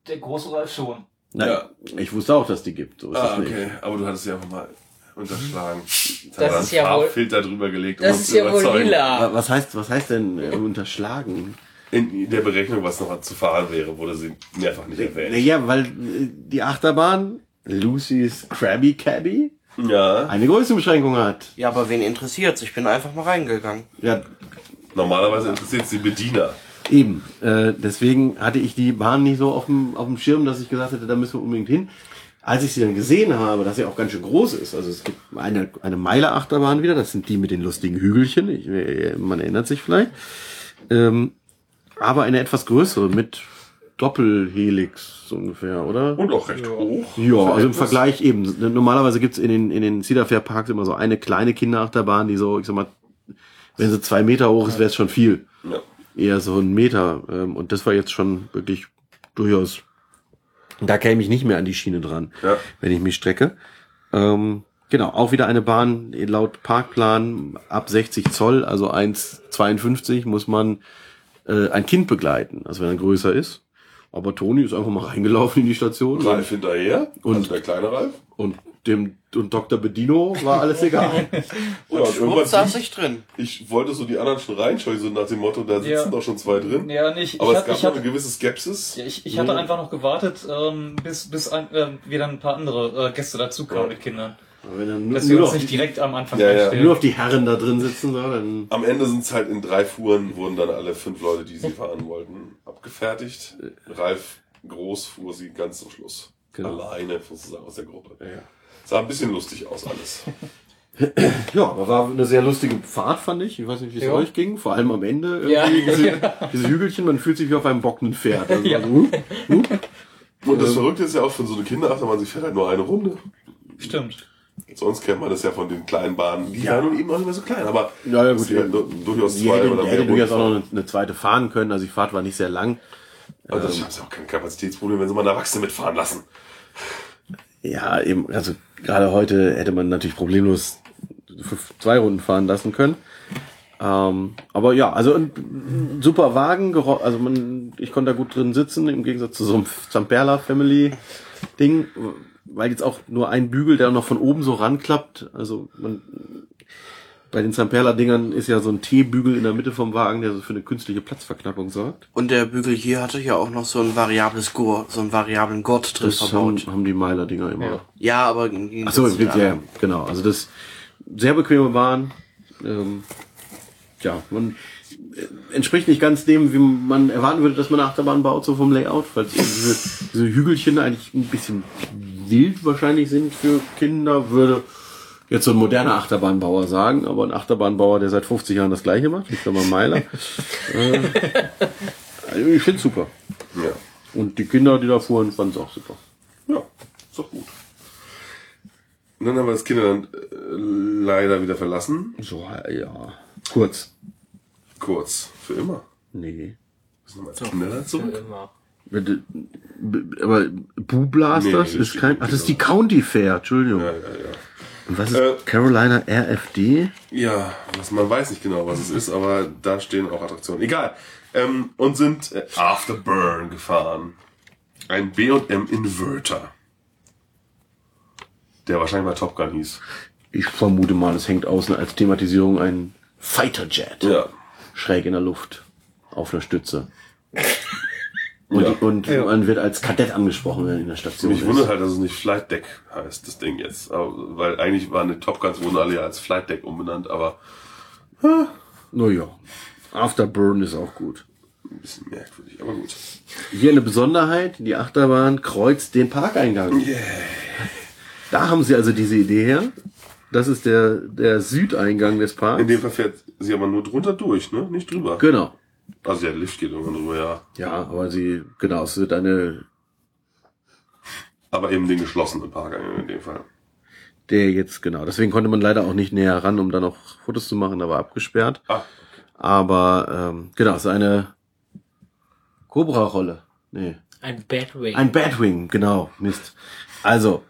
F: Der große Ralf schon.
C: Nein,
A: Ja.
C: ich wusste auch, dass die gibt. So ist
A: Ah,
C: es nicht.
A: okay. Aber du hattest sie einfach mal unterschlagen. Jetzt
E: Das
A: hat er
E: ist
A: einen
E: ja wohl-
A: Farbfilter drüber gelegt, um
E: Das
A: uns
E: ist
A: zu
E: ja wohl
A: überzeugen.
E: lila.
C: Aber Was heißt, was heißt denn äh, unterschlagen?
A: In der Berechnung, was noch zu fahren wäre, wurde sie mehrfach nicht erwähnt.
C: Naja, weil äh, die Achterbahn Lucy's Krabby Cabby
A: Ja.
C: eine Größenbeschränkung hat.
D: Ja, aber wen interessiert's? Ich bin einfach mal reingegangen.
C: Ja,
A: Normalerweise interessiert sie Bediener.
C: eben. Äh, deswegen hatte ich die Bahn nicht so auf dem, auf dem Schirm, dass ich gesagt hätte, da müssen wir unbedingt hin. Als ich sie dann gesehen habe, dass sie auch ganz schön groß ist. Also es gibt eine, eine Meiler-Achterbahn wieder, das sind die mit den lustigen Hügelchen, ich, äh, man erinnert sich vielleicht. Ähm, aber eine etwas größere mit Doppelhelix so ungefähr, oder?
A: Und auch recht hoch.
C: Ja, also im Vergleich eben. Normalerweise gibt's in den, in den Cedar Fair Parks immer so eine kleine Kinderachterbahn, die so, ich sag mal, wenn sie zwei Meter hoch ist, wäre es schon viel.
A: Ja.
C: Eher so ein Meter. ähm, Und das war jetzt schon wirklich durchaus. Da käme ich nicht mehr an die Schiene dran,
A: Ja.
C: wenn ich mich strecke. Ähm, genau, auch wieder eine Bahn laut Parkplan ab 60 Zoll, also 1,52 muss man äh, ein Kind begleiten, also wenn er größer ist. Aber Toni ist einfach mal reingelaufen in die Station. und-
A: Ralf hinterher. Und
C: Und-
A: also der kleine Ralf.
C: und dem und Dr. Bedino war alles egal.
A: Und,
D: Schwupps saß
A: irgendwann,
D: ich drin.
A: ich, ich wollte so die anderen schon reinscheuchen, so nach dem Motto, da sitzen
F: Ja.
A: doch schon zwei drin.
F: Ja, nicht.
A: Aber
F: ich
A: es
F: hab,
A: gab
F: ich
A: noch
F: hab,
A: eine gewisse Skepsis.
F: Ja, ich, ich hatte einfach noch gewartet, ähm, bis, bis ein, ähm, wir dann ein paar andere äh, Gäste dazu kamen
A: Ja.
F: mit Kindern.
C: Wenn dann nur,
F: Dass wir
C: nur,
F: uns
C: auf
F: nicht
C: die,
F: direkt am Anfang
A: Ja, ja.
F: einstellen.
C: nur auf die Herren da drin sitzen, so, dann
A: Am Ende sind es halt in drei Fuhren, wurden dann alle fünf Leute, die sie fahren wollten, abgefertigt. Ralf Groß fuhr sie ganz zum Schluss.
C: Genau.
A: Alleine sozusagen aus der Gruppe.
C: ja.
A: Sah ein bisschen lustig aus alles.
C: ja, aber war eine sehr lustige Fahrt, fand ich. Ich weiß nicht, wie es
F: Ja.
C: euch ging, vor allem am Ende.
F: Ja.
C: Irgendwie Diese, diese Hügelchen, man fühlt sich wie auf einem bockenden Pferd. Also, ja. hup,
A: Und
C: hup. Ähm.
A: das Verrückte ist ja auch von so einer Kinderachterbahn, sie fährt halt nur eine Runde.
F: Stimmt.
A: Sonst kennt man das ja von den kleinen Bahnen. Die waren nun eben auch nicht mehr so klein, aber
C: Ja, ja, gut,
A: sie hätten
C: ja.
A: du- durchaus
C: Die
A: zwei
C: hätte,
A: oder
C: die
A: mehr.
C: hätte
A: Runden
C: durchaus auch noch
A: fahren.
C: eine, eine zweite fahren können. Also die Fahrt war nicht sehr lang.
A: Also ich habe ja auch kein Kapazitätsproblem, wenn sie mal einen Erwachsenen mitfahren lassen.
C: Ja, eben, also gerade heute hätte man natürlich problemlos f- zwei Runden fahren lassen können. Ähm, aber ja, also ein, ein super Wagen, gero- also man, ich konnte da gut drin sitzen, im Gegensatz zu so einem Zamperla Family Ding, weil jetzt auch nur ein Bügel, der noch von oben so ranklappt, also man, Bei den Zamperla-Dingern ist ja so ein T-Bügel in der Mitte vom Wagen, der so für eine künstliche Platzverknappung sorgt.
D: Und der Bügel hier hatte ja auch noch so ein variables Gurt, so einen variablen Gurt drin
C: Das haben,
D: verbaut.
C: haben die Meiler-Dinger immer.
B: Ja.
D: Ja, aber im Gegensatz
C: Achso,
D: zu den
C: ja, ja,
D: anderen.
C: genau. Also das sehr bequeme Bahn. Ähm, ja, man äh, entspricht nicht ganz dem, wie man erwarten würde, dass man eine Achterbahn baut, so vom Layout, weil diese, diese Hügelchen eigentlich ein bisschen wild wahrscheinlich sind für Kinder, würde jetzt so ein moderner Achterbahnbauer sagen, aber ein Achterbahnbauer, der seit 50 Jahren das gleiche macht, ich glaube mal Meiler. äh, also ich finde super.
A: Ja.
C: Und die Kinder, die da fuhren, fanden es auch super.
A: Ja, ist doch gut. Und dann haben wir das Kinderland äh, leider wieder verlassen.
C: So, ja. Kurz.
A: Kurz. Für immer.
C: Nee.
A: Wir sind nochmal so. Kinderland zurück.
E: Immer.
C: Wenn du- b- Aber Boo Blasters
A: Nee, das
C: ist kein.
A: steht
C: Ach, das ist die
A: nicht
C: County Fair, Entschuldigung.
A: Ja, ja, ja.
C: Und Was ist
A: Äh.
C: Carolina RFD?
A: Ja, was, man weiß nicht genau, was es ist, aber da stehen auch Attraktionen. Egal. Ähm, und sind äh, Afterburn gefahren. Ein B&M Inverter. Der wahrscheinlich mal Top Gun hieß.
C: Ich vermute mal, es hängt außen als Thematisierung ein Fighter Jet.
A: Ja.
C: Schräg in der Luft. Auf einer Stütze. Und,
A: Ja.
C: und man wird als Kadett angesprochen, wenn er in der Station
A: Mich
C: ist.
A: wundert halt, dass es nicht Flight Deck heißt, das Ding jetzt. Aber, weil eigentlich waren die Top Guns wurden alle ja als Flight Deck umbenannt, aber
C: Naja. Afterburn ist auch gut.
A: ein bisschen merkwürdig, aber gut.
C: Hier eine Besonderheit, die Achterbahn kreuzt den Parkeingang. Da haben sie also diese Idee her. Das ist der, der Südeingang des Parks.
A: In dem Fall fährt sie aber nur drunter durch, ne? Nicht drüber.
C: Genau.
A: Also der Lift geht irgendwann drüber, ja.
C: Ja, aber sie, genau, es wird eine,
A: Aber eben den geschlossenen Parkeingang in dem Fall.
C: der jetzt, genau. Deswegen konnte man leider auch nicht näher ran, um da noch Fotos zu machen, da war abgesperrt.
A: Ah,
C: Aber, ähm, genau, es ist eine Cobra-Rolle. Nee.
E: Ein Batwing.
C: Ein Batwing, genau, Mist. Also,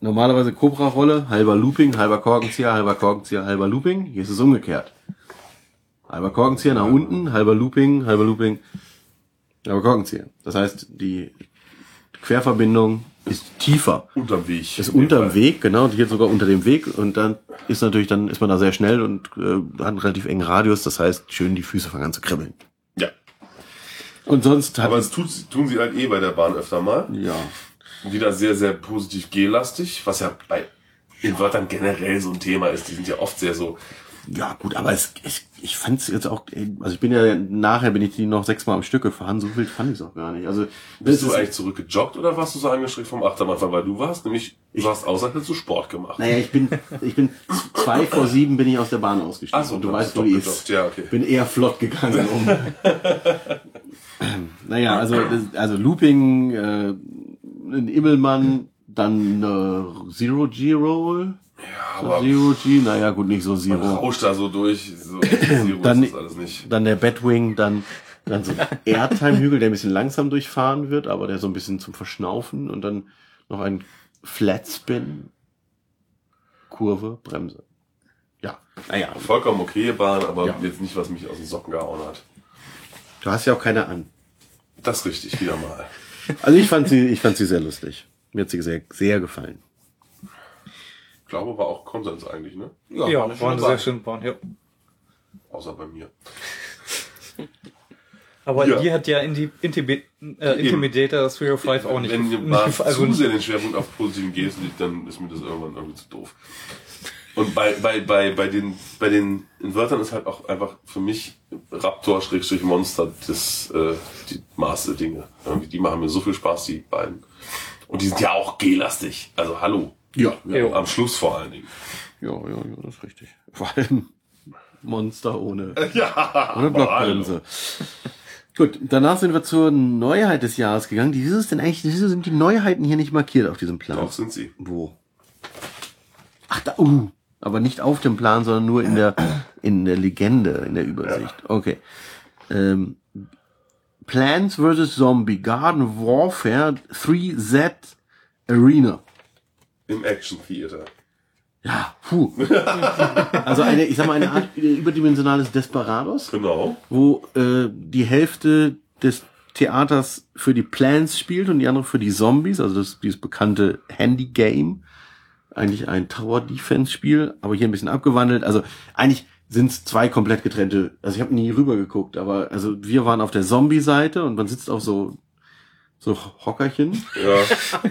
C: normalerweise Cobra-Rolle, halber Looping, halber Korkenzieher, halber Korkenzieher, halber Looping. Hier ist es umgekehrt. Halber Korkenzieher nach unten, halber Looping, halber Looping, halber Korkenzieher. Das heißt, die Querverbindung ist tiefer.
A: unterm Weg.
C: Ist
A: In dem
C: unterm
A: Fall.
C: Weg, genau, und hier sogar unter dem Weg. Und dann ist natürlich, dann ist man da sehr schnell und äh, hat einen relativ engen Radius. Das heißt, schön die Füße fangen an zu kribbeln.
A: Ja.
C: Und sonst hat
A: Aber das tut, tun sie halt eh bei der Bahn öfter mal.
C: ja.
A: Wieder sehr, sehr positiv G-lastig, was ja bei Invertern generell so ein Thema ist. Die sind ja oft sehr so,
C: Ja, gut, aber es, es, ich fand's jetzt auch, ey, also ich bin ja, nachher bin ich die noch sechsmal am Stück gefahren, so wild fand ich's auch gar nicht. Also,
A: bist du
C: ist-
A: eigentlich zurückgejoggt oder warst du so angestrengt vom Achterbahnfahren? Weil du warst nämlich, du warst außer hättest du Sport gemacht.
C: naja, ich bin, ich bin zwei vor sieben bin ich aus der Bahn ausgestiegen.
A: Ach so,
C: und du
A: dann
C: weißt,
A: bist du
C: wo die
A: doch
C: ist.
A: gejoggt, ja, okay.
C: Bin eher flott gegangen um. naja, also, das- also Looping, äh, ein Immelmann, dann, äh, Zero G-Roll.
A: aber-
C: Zero G, naja, gut, nicht so
A: Man
C: Zero.
A: rauscht da so durch, so Zero
C: Dann-
A: ist das alles nicht.
C: dann der Batwing, dann, dann so ein Airtime-Hügel, der ein bisschen langsam durchfahren wird, aber der so ein bisschen zum Verschnaufen und dann noch ein Flatspin, Kurve, Bremse. Ja, naja,
A: Vollkommen okay Bahn, aber
C: Ja.
A: jetzt nicht, was mich aus den Socken gehauen hat.
C: du hast ja auch keine an.
A: Das ist richtig, wieder mal.
C: Also ich fand sie, ich fand sie sehr lustig. Mir hat sie sehr, sehr gefallen.
A: Ich glaube, war auch Konsens eigentlich, ne?
F: Ja,
B: Ja,
F: war eine, sehr schöne Bahn, ja.
A: Außer bei mir.
F: Aber
A: Ja.
F: die hat ja Indi Intibi äh, Intimidator 305 auch nicht.
A: Wenn die
F: nicht-
A: Bahn
F: also
A: zu sehr den Schwerpunkt auf positiven Gs liegt, dann ist mir das irgendwann irgendwie zu doof. Und bei, bei, bei, bei den, bei den Invertern ist halt auch einfach für mich Raptor Schrägstrich Monster das, äh, die Maß der Dinge. Irgendwie, die machen mir so viel Spaß, die beiden. Und die sind ja auch G-lastig. Also hallo.
C: Ja,
F: Jo.
A: Am Schluss vor allen Dingen.
C: ja, ja, ja, das ist richtig. Äh, Vor allem Monster ohne.
A: Ja.
C: Ohne Blockbremse. Gut, danach sind wir zur Neuheit des Jahres gegangen. Die- Wieso ist denn eigentlich, wieso sind die Neuheiten hier nicht markiert auf diesem Plan?
A: Doch sind sie.
C: Wo? Ach da, uh, aber nicht auf dem Plan, sondern nur in der, in der Legende, in der Übersicht. Okay. Ähm, Plants vs. Zombie Garden Warfare 3Z Arena.
A: Im Action Theater.
C: Ja, puh. Also eine, ich sag mal, eine Art äh, überdimensionales Desperados.
A: Genau.
C: wo äh, die Hälfte des Theaters für die Plants spielt und die andere für die Zombies, also das dieses bekannte Handy Game. eigentlich ein Tower Defense Spiel, aber hier ein bisschen abgewandelt. Also eigentlich sind es zwei komplett getrennte. Also ich habe nie rüber geguckt, aber also wir waren auf der Zombie Seite und man sitzt auf so so Hockerchen.
A: Ja,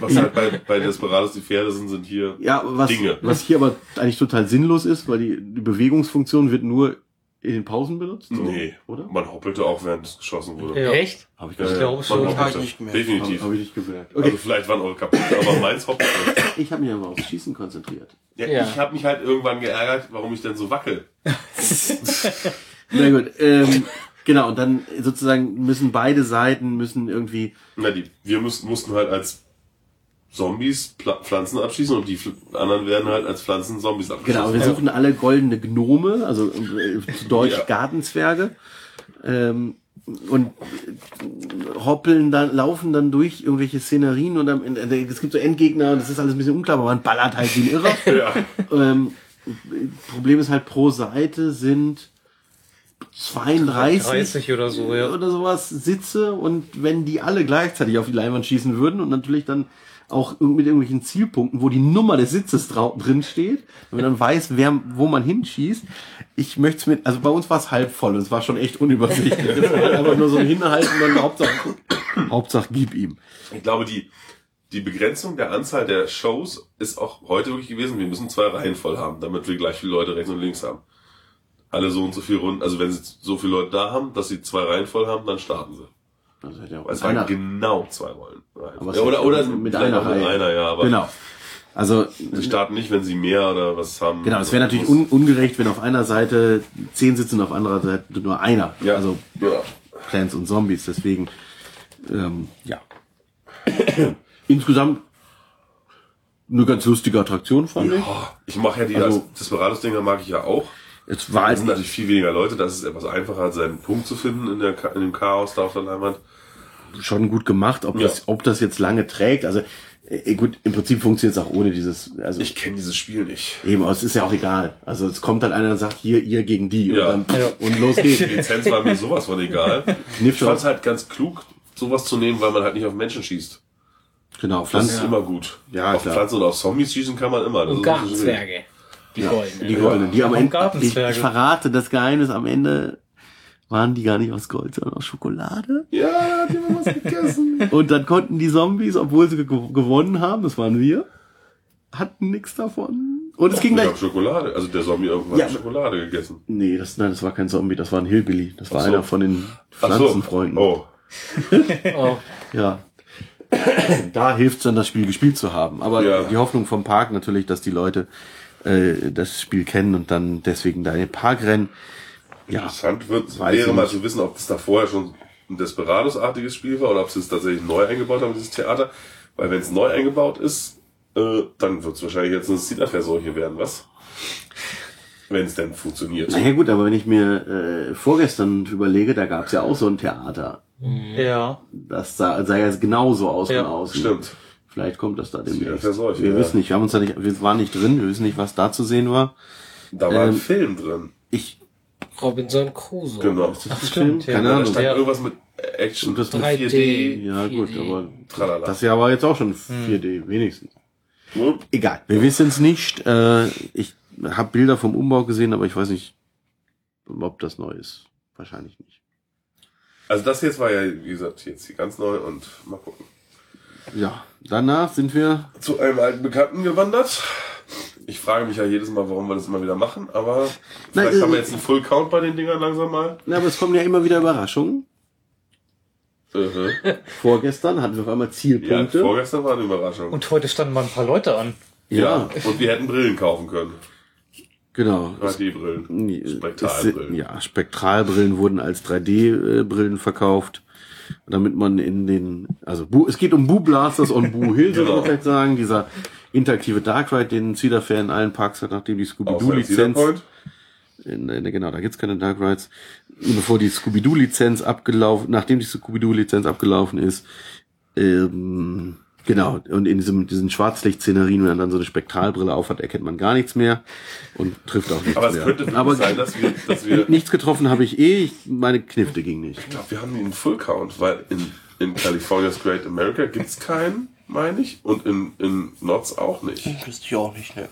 A: was halt bei, bei Desperados die Pferde sind, sind hier.
C: Ja, was
A: Dinge.
C: was hier aber eigentlich total sinnlos ist, weil die, die Bewegungsfunktion wird nur in den Pausen benutzt, so,
A: Nee.
C: oder?
A: Man hoppelte auch, während es geschossen wurde.
F: Ja.
E: Echt?
C: Habe ich,
A: Ja, ja,
C: äh,
F: glaube
A: man
F: schon.
A: hoppelte.
D: Hab ich nicht gemerkt.
A: Definitiv.
C: hab ich nicht gemerkt.
A: Also
C: Okay,
A: vielleicht waren eure kaputt, aber meins hoppelte.
C: ich habe mich aber aufs Schießen konzentriert.
A: Ja,
E: Ja.
A: Ich habe mich halt irgendwann geärgert, warum ich denn so wackel.
C: Na gut, ähm, genau, und dann sozusagen müssen beide Seiten müssen irgendwie
A: Na, die, wir mussten, mussten halt als Zombies Pla Pflanzen abschießen und die Pfl anderen werden halt als Pflanzen Zombies
C: Genau,
A: abgeschossen.
C: wir suchen alle goldene Gnome, also äh, zu Deutsch
A: Ja.
C: Gartenzwerge. Ähm, und hoppeln dann, laufen dann durch irgendwelche Szenerien und am Ende, es gibt so Endgegner und das ist alles ein bisschen unklar, aber man ballert halt wie ein Irrer.
A: Ja.
C: ähm, Problem ist halt, pro Seite sind 32
F: 30 oder so, ja.
C: oder sowas Sitze und wenn die alle gleichzeitig auf die Leinwand schießen würden und natürlich dann auch irg- mit irgendwelchen Zielpunkten, wo die Nummer des Sitzes drau- drin steht, wenn man dann weiß, wer, wo man hinschießt. Ich möchte es mit, also bei uns war es halb voll und es war schon echt unübersichtlich. Das war halt einfach nur so ein Hinhalten und dann Hauptsache, Hauptsache gib ihm.
A: Ich glaube, die, die Begrenzung der Anzahl der Shows ist auch heute wirklich gewesen, wir müssen zwei Reihen voll haben, damit wir gleich viele Leute rechts und links haben. Alle so und so viel Runden, also wenn sie so viele Leute da haben, dass sie zwei Reihen voll haben, dann starten sie.
C: Also hätte ja auch
A: Weil es
C: einer-
A: waren genau zwei Rollen. Reihen.
C: Aber es
A: ja, oder,
C: hat-
A: oder
C: mit
A: vielleicht
C: einer
A: auch mit
C: Reihe.
A: einer, ja, aber
C: Genau. Also
A: sie starten nicht, wenn sie mehr oder was haben. Also,
C: Genau, es wäre natürlich
A: Muss-
C: un ungerecht, wenn auf einer Seite zehn sitzen und auf anderer Seite nur einer.
A: Ja.
C: Also
A: ja.
C: Plants und Zombies, deswegen ähm, ja. Insgesamt eine ganz lustige Attraktion, fand ich.
A: Ja, Oh, ich mache ja die
C: Also-
A: also, Desperados-Dinger mag ich ja auch.
C: Es war
A: Da
C: halt
A: sind natürlich viel weniger Leute, das ist etwas einfacher, seinen Punkt zu finden in, der, Ka- in dem Chaos da auf der Leinwand.
C: schon gut gemacht, ob,
A: Ja.
C: das, ob das jetzt lange trägt. Also äh, gut, im Prinzip funktioniert es auch ohne dieses, also
A: Ich kenne dieses Spiel nicht.
C: eben, aber es ist ja auch egal. Also es kommt halt einer und sagt, hier, ihr gegen die
A: Ja.
C: und, dann, und los geht's.
A: Die Lizenz war mir sowas von egal. Ich
C: Knifft
A: fand es
C: schon.
A: halt ganz klug, sowas zu nehmen, weil man halt nicht auf Menschen schießt.
C: Genau,
A: Das ist
C: Pflanzen.
A: immer gut.
C: Ja,
A: auf
C: klar.
A: Pflanzen oder auf Zombies schießen kann man immer. Das
E: Und
A: ist nicht so schwierig.
E: Gartenzwerge. Die goldenen.
C: Die goldenen, also, die am
F: Warum
C: Ende, ich,
F: Gartenzwerge?
C: ich verrate das Geheimnis, am Ende waren die gar nicht aus Gold, sondern aus Schokolade.
A: Ja, da hat jemand was gegessen.
C: Und dann konnten die Zombies, obwohl sie ge gewonnen haben, das waren wir, hatten nichts davon. Und es ging
A: Ich
C: gleich.
A: habe Schokolade, also der Zombie irgendwann
C: Ja.
A: hat Schokolade gegessen.
C: Nee, das, nein, das war kein Zombie, das war ein Hillbilly. Das war
A: Ach so.
C: einer von den
A: Ach so.
C: Pflanzenfreunden.
A: Oh,
E: Oh,
C: Ja. Da hilft dann, das Spiel gespielt zu haben. Aber
A: Ja.
C: die Hoffnung vom Park natürlich, dass die Leute äh, das Spiel kennen und dann deswegen da in den Park rennen. Ja,
A: interessant wird,
C: Weiß
A: wäre
C: ich
A: mal
C: nicht.
A: zu wissen, ob das da vorher schon ein Desperados-artiges Spiel war oder ob sie es tatsächlich neu eingebaut haben, dieses Theater. Weil wenn es neu eingebaut ist, äh, dann wird es wahrscheinlich jetzt eine Cedar-Versorgung werden, was? Wenn es denn funktioniert.
C: Na ja gut, aber wenn ich mir äh, vorgestern überlege, da gab's ja auch so ein Theater.
F: Ja.
C: Das sah, sah ja genauso aus
F: Ja,
C: von außen.
A: Stimmt.
C: Vielleicht kommt das da
A: wieder
C: demnächst.
A: verseucht,
C: wir
A: ja.
C: wissen nicht, wir haben uns da nicht, wir waren nicht drin, wir wissen nicht, was da zu sehen war.
A: Da war ein
C: Ähm,
A: Film drin.
C: Ich
E: Robinson Crusoe.
A: Genau.
C: das
F: stimmt, ja.
C: keine
A: Da
C: Ahnung.
A: stand
F: Ja.
A: irgendwas mit Action.
C: Das
E: 3D.
C: Ja gut,
E: 4D.
C: aber
A: Tralala.
C: das Jahr war jetzt auch schon 4D wenigstens.
A: Hm?
C: Egal, wir wissen es nicht. Äh, ich habe Bilder vom Umbau gesehen, aber ich weiß nicht, ob das neu ist. Wahrscheinlich nicht.
A: Also das jetzt war ja, wie gesagt, jetzt hier ganz neu und mal gucken.
C: Ja, danach sind wir
A: Zu einem alten Bekannten gewandert. Ich frage mich ja jedes Mal, warum wir das immer wieder machen, aber vielleicht
C: äh,
A: haben wir jetzt einen Full Count bei den Dingern langsam mal.
C: Na, aber es kommen ja immer wieder Überraschungen. Äh,
A: Mhm.
C: Vorgestern hatten wir auf einmal
A: Ja,
C: Zielpunkte. Ja,
A: vorgestern war eine Überraschung.
F: Und heute standen mal ein paar Leute an.
A: Und wir hätten Brillen kaufen können.
C: genau. Es-
A: 3D-Brillen.
C: äh, es sind-
A: Spektralbrillen.
C: ja, Spektralbrillen wurden als 3D-Brillen verkauft, damit man in den, also Bu, es geht um Boo Blasters und Boo Hill, sollte
A: Genau.
C: man vielleicht sagen, dieser interaktive Dark Ride, den Cedar Fair in allen Parks hat, nachdem die
A: Außer im
C: Scooby-Doo-Lizenz
A: Cedar Point.
C: in, in, genau, da gibt's keine Dark Rides. Bevor die Scooby-Doo-Lizenz abgelaufen, nachdem die Scooby-Doo-Lizenz abgelaufen ist, ähm, genau, und in diesem, diesen Schwarzlichtszenerien, wenn er dann so eine Spektralbrille aufhat, erkennt man gar nichts mehr und trifft auch nichts
A: Aber es
C: mehr.
A: könnte wirklich
C: Aber
A: sein, dass wir, dass wir
C: nichts getroffen habe ich eh, ich, meine Knifte gingen nicht.
A: Ich glaube, wir haben den Full Count, weil in, in California's Great America gibt's keinen. meine ich, und in, in Notz auch nicht.
D: Wüsste ich auch nicht, ne.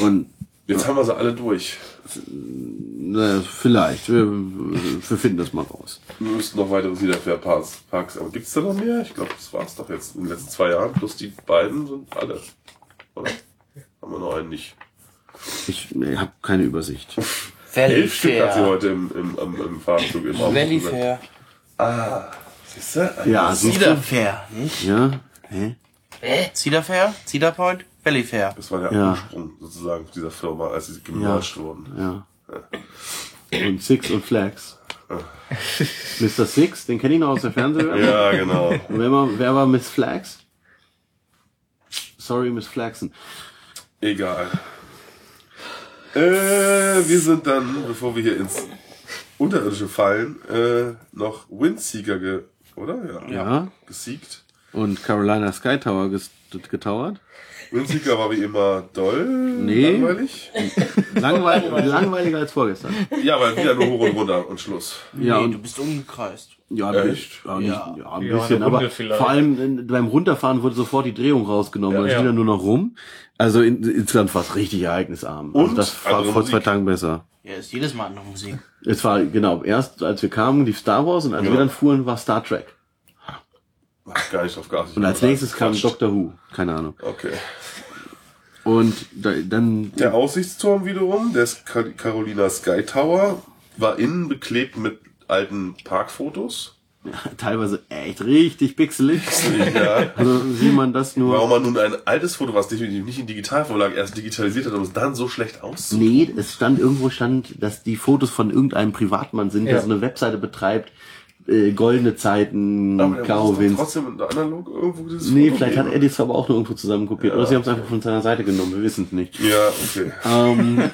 C: Und
A: Jetzt haben wir sie alle durch.
C: na, vielleicht, wir, wir finden das mal raus.
A: Wir müssten noch weitere Siederfair-Parks. Parks. Aber gibt's da noch mehr? Ich glaube, das war's doch jetzt in den letzten zwei Jahren. Plus die beiden sind alle. Oder? Haben wir noch einen nicht.
C: Ich habe keine Übersicht.
E: Valley
A: Elf Stück hat sie
E: Fair.
A: heute im, im, im, im Fahrzeug im Auto.
E: Valley
A: gesagt.
E: Fair.
A: Siehst du?
C: Ja, siehst du?
D: Fair, nicht?
C: Ja. Hä?
D: Cedar Fair, Cedar Point, Valley Fair.
A: Das war der
C: Ja.
A: Ursprung sozusagen dieser Firma, als sie gemerged wurden.
C: Ja. Und Six und Flags. Mr. Six, den kenne ich noch aus der Fernsehwerbung.
A: Ja, genau.
C: Und wer war, wer war Miss Flags? Sorry, Miss Flagson.
A: Egal. Äh, wir sind dann, bevor wir hier ins Unterirdische fallen, äh, noch Windsieger, ge oder?
C: Ja.
A: Gesiegt.
C: Und Carolina Sky Tower ges- getauert.
A: Windsieger war wie immer doll,
C: Nee.
A: langweilig.
C: Langweil langweiliger als vorgestern.
A: Ja, weil wieder nur hoch und runter und Schluss.
C: Ja,
D: nee,
C: und
D: du bist umgekreist.
C: Ja, ein
A: Echt?
C: bisschen- Ja, nicht, ja, ein
F: Ja,
C: bisschen,
F: eine
C: aber
F: Runde vielleicht.
C: vor allem in, beim Runterfahren wurde sofort die Drehung rausgenommen,
A: Ja.
C: dann
F: Ja.
C: steht er nur noch rum. Also in, insgesamt war es richtig ereignisarm. Und also
A: Und um
C: das war
A: andere
C: vor zwei
A: Musik.
C: Tagen besser.
D: Ja, ist jedes Mal andere Musik.
C: Es war, genau, erst als wir kamen, lief Star Wars und als wir
A: Ja.
C: dann fuhren, war Star Trek.
A: Hab gar nicht drauf geachtet.
C: Und als nächstes kam
A: Quatsch.
C: Doctor Who. Keine Ahnung.
A: Okay.
C: Und da, dann,
A: Der Aussichtsturm wiederum, des Ka- Carolina Sky Tower, war innen beklebt mit alten Parkfotos.
C: teilweise echt richtig pixelig.
A: Ja.
C: Also, wie man das nur.
A: Warum man nun ein altes Foto, was definitiv nicht in Digitalvorlage erst digitalisiert hat, um es dann so schlecht auszusehen.
C: Nee, es stand irgendwo stand, dass die Fotos von irgendeinem Privatmann sind, der
F: Ja.
C: so eine Webseite betreibt, äh, goldene Zeiten, Carowinds.
A: trotzdem in der analog irgendwo dieses
C: Nee,
A: Foto
C: vielleicht hat er
A: geben.
C: das aber auch nur irgendwo zusammenkopiert. Oder sie haben es einfach von seiner Seite genommen, wir wissen es nicht.
A: Ja, okay.
C: Ähm,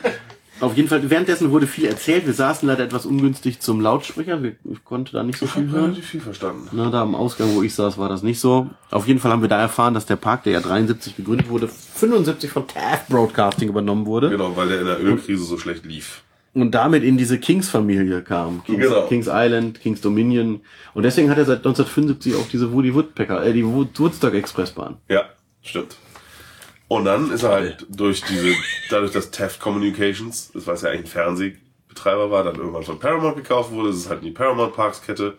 C: auf jeden Fall, währenddessen wurde viel erzählt. Wir saßen leider etwas ungünstig zum Lautsprecher. Wir, ich konnte da nicht so
A: Ich
C: viel
A: habe
C: hören.
A: relativ viel verstanden.
C: Na, da am Ausgang, wo ich saß, war das nicht so. Auf jeden Fall haben wir da erfahren, dass der Park, der ja 73 gegründet wurde, 75 von TAF Broadcasting übernommen wurde.
A: Genau, weil der in der Ölkrise so schlecht lief.
C: und damit in diese Kings-Familie kam. Kings,
A: Genau.
C: Kings Island, Kings Dominion. Und deswegen hat er seit 1975 auch diese Woody Woodpecker, äh, die Wood Woodstock Expressbahn.
A: Ja, stimmt. Und dann ist er halt durch diese, dadurch, dass Taft Communications, das was ja eigentlich ein Fernsehbetreiber war, dann irgendwann von Paramount gekauft wurde, ist es halt in die Paramount Parks Kette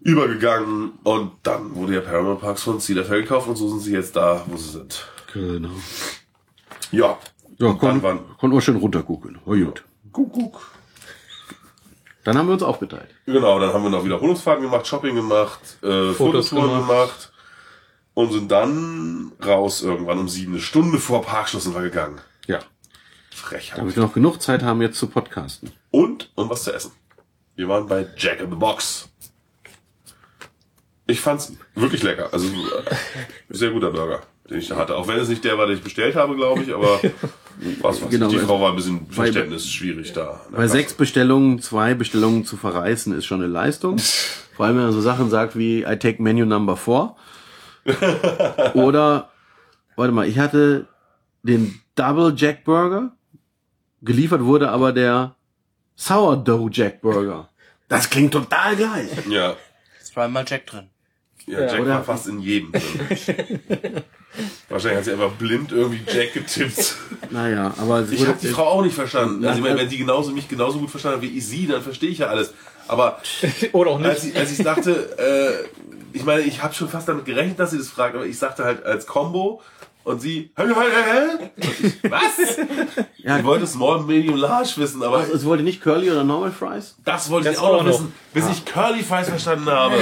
A: übergegangen und dann wurde ja Paramount Parks von Cedar Fair gekauft und so sind sie jetzt da, wo sie sind.
C: Genau.
A: Ja.
C: Ja,
A: Und dann
C: konnten
A: waren,
C: konnten wir schön runtergucken. Oh, gut.
A: guck, guck.
C: Dann haben wir uns aufgeteilt.
A: Genau, dann haben wir noch Wiederholungsfahrten gemacht, Shopping gemacht, äh,
F: Fotos
A: Fototouren gemacht.
F: gemacht.
A: und sind dann raus irgendwann um sieben, eine Stunde vor Parkschluss sind wir gegangen.
C: Ja.
A: Frechheit.
C: Damit wir noch genug Zeit haben jetzt zu podcasten.
A: Und, und was zu essen. Wir waren bei Jack in the Box. Ich fand's wirklich lecker. Also, äh, sehr guter Burger, den ich da hatte. Auch wenn es nicht der war, den ich bestellt habe, glaube ich, aber was, was
C: Genau,
A: die
C: weil-
A: Frau war ein bisschen Verständnis schwierig da. an der
C: Bei
A: Kasse.
C: sechs Bestellungen, zwei Bestellungen zu verreißen, ist schon eine Leistung. Vor allem, wenn er so Sachen sagt wie I take menu number four. Oder, warte mal, ich hatte den Double Jack Burger. Geliefert wurde aber der Sourdough Jack Burger. Das klingt total geil.
A: Ja.
D: Ist zweimal Jack drin.
A: Ja, Jack
C: Oder-
A: war fast in jedem drin. Wahrscheinlich hat sie einfach blind irgendwie Jack getippt.
C: Naja, aber es
A: Ich
C: wurde,
A: habe die Frau auch nicht verstanden. Also, ich
C: Nein,
A: meine, wenn sie genauso, mich genauso gut verstanden hat wie ich sie, dann verstehe ich ja alles. Aber
F: Oder auch
A: als
F: nicht.
A: ich, als ich dachte, äh, ich meine, ich habe schon fast damit gerechnet, dass sie das fragt, aber ich sagte halt als Combo und sie, hä, hä, hä, hä? Und ich, was?
C: Ja.
A: Ich wollte Small, Medium, Large wissen, aber
C: es wollte nicht Curly oder Normal Fries.
A: Also, das wollte ich auch noch Ah. wissen, bis ich Curly Fries verstanden habe.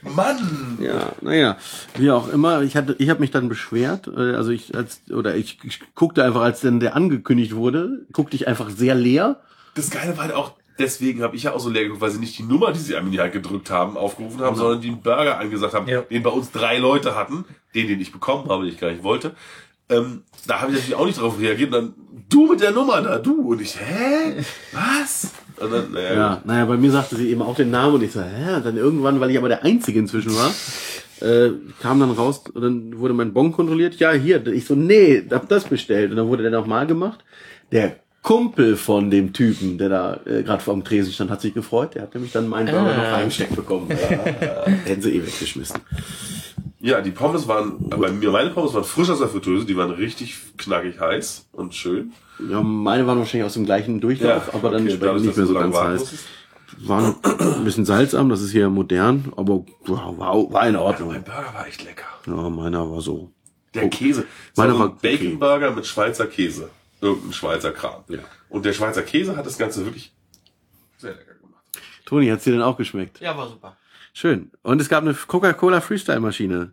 A: Mann!
C: Ja, naja, wie auch immer. Ich hatte, ich habe mich dann beschwert, äh, also ich als oder ich, ich guckte einfach, als denn der angekündigt wurde, guckte ich einfach sehr leer.
A: Das Geile war halt auch, deswegen habe ich ja auch so leer geguckt, weil sie nicht die Nummer, die sie an mir halt gedrückt haben, aufgerufen
C: Mhm.
A: haben, sondern den Burger angesagt haben,
F: Ja.
A: den bei uns drei Leute hatten, den, den ich bekommen habe, den ich gar nicht wollte. Ähm, da habe ich natürlich auch nicht drauf reagiert. Und dann, du mit der Nummer da, du. Und ich, hä? Was? Und dann, naja,
C: Ja, naja, bei mir sagte sie eben auch den Namen und ich so, hä? Dann irgendwann, weil ich aber der Einzige inzwischen war, äh, kam dann raus und dann wurde mein Bon kontrolliert. Ja, hier. Ich so, nee, hab das bestellt. Und dann wurde der nochmal gemacht. Der Kumpel von dem Typen, der da äh, gerade vor dem Tresen stand, hat sich Äh, gefreut. Der hat nämlich dann meinen Burger noch reingesteckt bekommen. Den hätten sie eh weggeschmissen.
A: Ja, die Pommes waren, bei mir, meine Pommes waren frisch aus der Fritteuse, die waren richtig knackig heiß und schön.
C: Ja, meine waren wahrscheinlich aus dem gleichen Durchlauf, aber dann
A: okay,
C: entsprechend
A: dadurch,
C: nicht
A: dass
C: mehr
A: du
C: so
A: lange
C: ganz
A: warten
C: heiß.
A: musstest.
C: Waren ein bisschen salzarm, das ist hier modern, aber wow, wow, war in
A: Ja, mein
C: Ordnung.
A: Burger war echt lecker.
C: Ja, meiner war so. Oh.
A: Der Käse. Es
C: Meiner
A: war so
C: war
A: ein
C: okay.
A: Bacon Burger mit Schweizer Käse. Irgendein Schweizer Kram.
C: Ja.
A: Und der Schweizer Käse hat das Ganze wirklich sehr lecker gemacht.
C: Toni, hat's dir denn auch geschmeckt?
D: Ja, war super.
C: Schön. Und es gab eine Coca-Cola Freestyle-Maschine,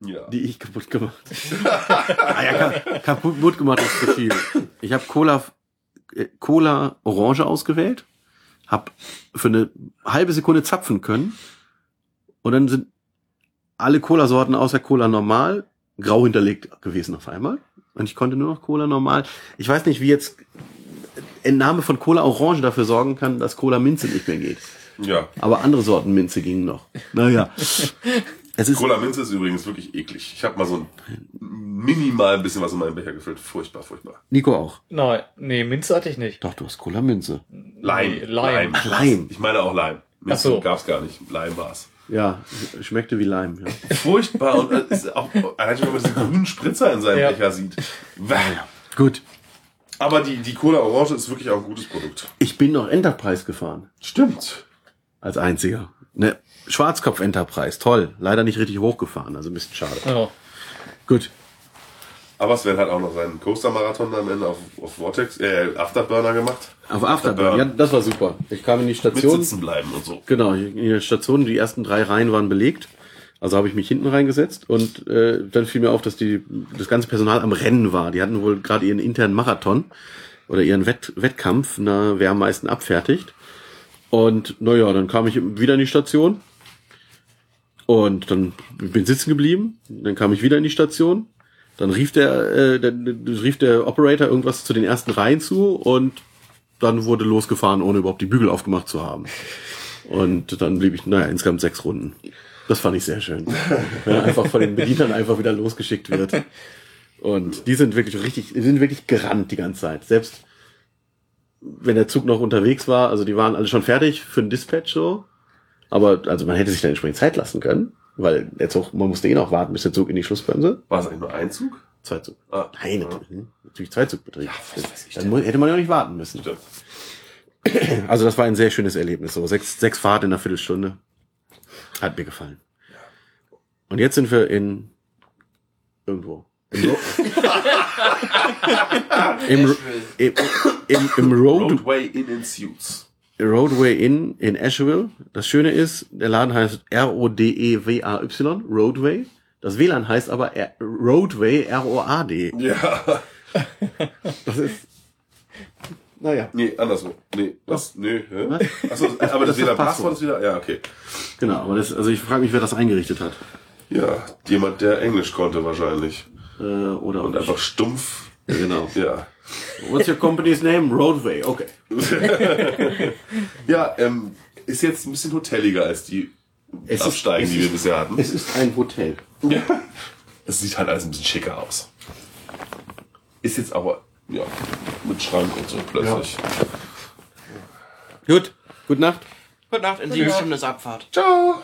A: Ja.
C: die ich kaputt gemacht. ah, ja, ka- kaputt gemacht ist zu viel. Ich habe Cola, äh, Cola Orange ausgewählt, hab für eine halbe Sekunde zapfen können und dann sind alle Cola-Sorten außer Cola Normal grau hinterlegt gewesen auf einmal. Und ich konnte nur noch Cola Normal. Ich weiß nicht, wie jetzt Entnahme von Cola Orange dafür sorgen kann, dass Cola Minze nicht mehr geht.
A: ja.
C: Aber andere Sorten Minze gingen noch. Naja. Es ist,
A: Cola Minze ist übrigens wirklich eklig. Ich habe mal so ein minimal ein bisschen was in meinen Becher gefüllt. Furchtbar, furchtbar.
C: Nico auch.
F: Nein, nee, Minze hatte ich nicht.
C: Doch, du hast Cola Minze.
A: Leim.
F: Nee, Leim.
C: Ach, Leim.
A: Ich meine auch Leim. Minze
F: Ach so.
A: Gab's gar nicht. Leim war's.
C: Ja, schmeckte wie Leim. Ja.
A: Furchtbar. Und es ist auch, allein schon, wenn man diesen grünen Spritzer in seinem
F: Ja.
A: Becher sieht.
C: Gut.
A: Aber die, die Cola Orange ist wirklich auch ein gutes Produkt.
C: Ich bin noch Enterprise gefahren.
A: Stimmt.
C: Als einziger. Ne, Schwarzkopf Enterprise. Toll. Leider nicht richtig hochgefahren. Also ein bisschen schade.
F: Ja.
C: Gut.
A: Aber Sven hat auch noch seinen Coaster-Marathon am Ende auf, auf Vortex, äh, Afterburner gemacht.
C: Auf Afterburn. Ja, das war super. Ich kam in die
A: Mit
C: Station.
A: sitzen bleiben und so.
C: Genau, in der Station, die ersten drei Reihen waren belegt. Also habe ich mich hinten reingesetzt und äh, dann fiel mir auf, dass die das ganze Personal am Rennen war. Die hatten wohl gerade ihren internen Marathon oder ihren Wett Wettkampf, na, wer am meisten abfertigt. Und naja, dann kam ich wieder in die Station und dann bin sitzen geblieben. Dann kam ich wieder in die Station. Dann rief der, äh, der, der rief der Operator irgendwas zu den ersten Reihen zu und dann wurde losgefahren, ohne überhaupt die Bügel aufgemacht zu haben. Und dann blieb ich, naja, insgesamt sechs Runden. Das fand ich sehr schön. Ja, einfach von den Bedienern einfach wieder losgeschickt wird. Und die sind wirklich richtig, die sind wirklich gerannt die ganze Zeit. Selbst wenn der Zug noch unterwegs war, also die waren alle schon fertig für den Dispatch so. Aber also man hätte sich dann entsprechend Zeit lassen können, weil der Zug, man musste eh noch warten, bis der Zug in die Schlussbremse.
A: War es eigentlich nur ein Zug?
C: Zwei Zug.
A: Ah.
C: Nein, natürlich, natürlich zwei Zugbetrieb.
A: was weiß ich
C: dann mu- hätte man ja auch nicht warten müssen.
A: Stimmt.
C: Also das war ein sehr schönes Erlebnis. So sechs, sechs Fahrt in einer Viertelstunde. Hat mir gefallen. Und jetzt sind wir in irgendwo. Im, Ro im, Ro- im, im, im Road,
A: Roadway Inn in Suits.
C: Roadway Inn in Asheville. Das Schöne ist, der Laden heißt E R-O-D-E-W-A-Y, Roadway. Das WLAN heißt aber R Roadway R-O-A-D.
A: Ja.
C: Das ist. Naja.
A: Nee, andersrum. Nee, was? Nee, hä?
C: Was?
A: Achso, aber
C: Das
A: das
C: ist das
A: WLAN Passwort ist wieder. Ja, okay.
C: Genau, aber das, also ich frage mich, wer das eingerichtet hat.
A: Ja, jemand, der Englisch konnte wahrscheinlich.
C: Äh, oder
A: Und einfach stumpf.
C: Genau.
A: Ja.
C: What's your company's name? Roadway. Okay.
A: Ja, ähm, ist jetzt ein bisschen hotelliger als die
C: Es ist-
A: Absteigen,
C: es
A: die wir
C: ist-
A: bisher hatten.
C: Es ist ein Hotel.
A: Es sieht halt alles ein bisschen schicker aus. Ist jetzt aber, ja, mit Schrank und so plötzlich.
C: Gut. Gute Nacht.
D: Gute Nacht, in sieben Stunden ist Abfahrt.
A: Ciao!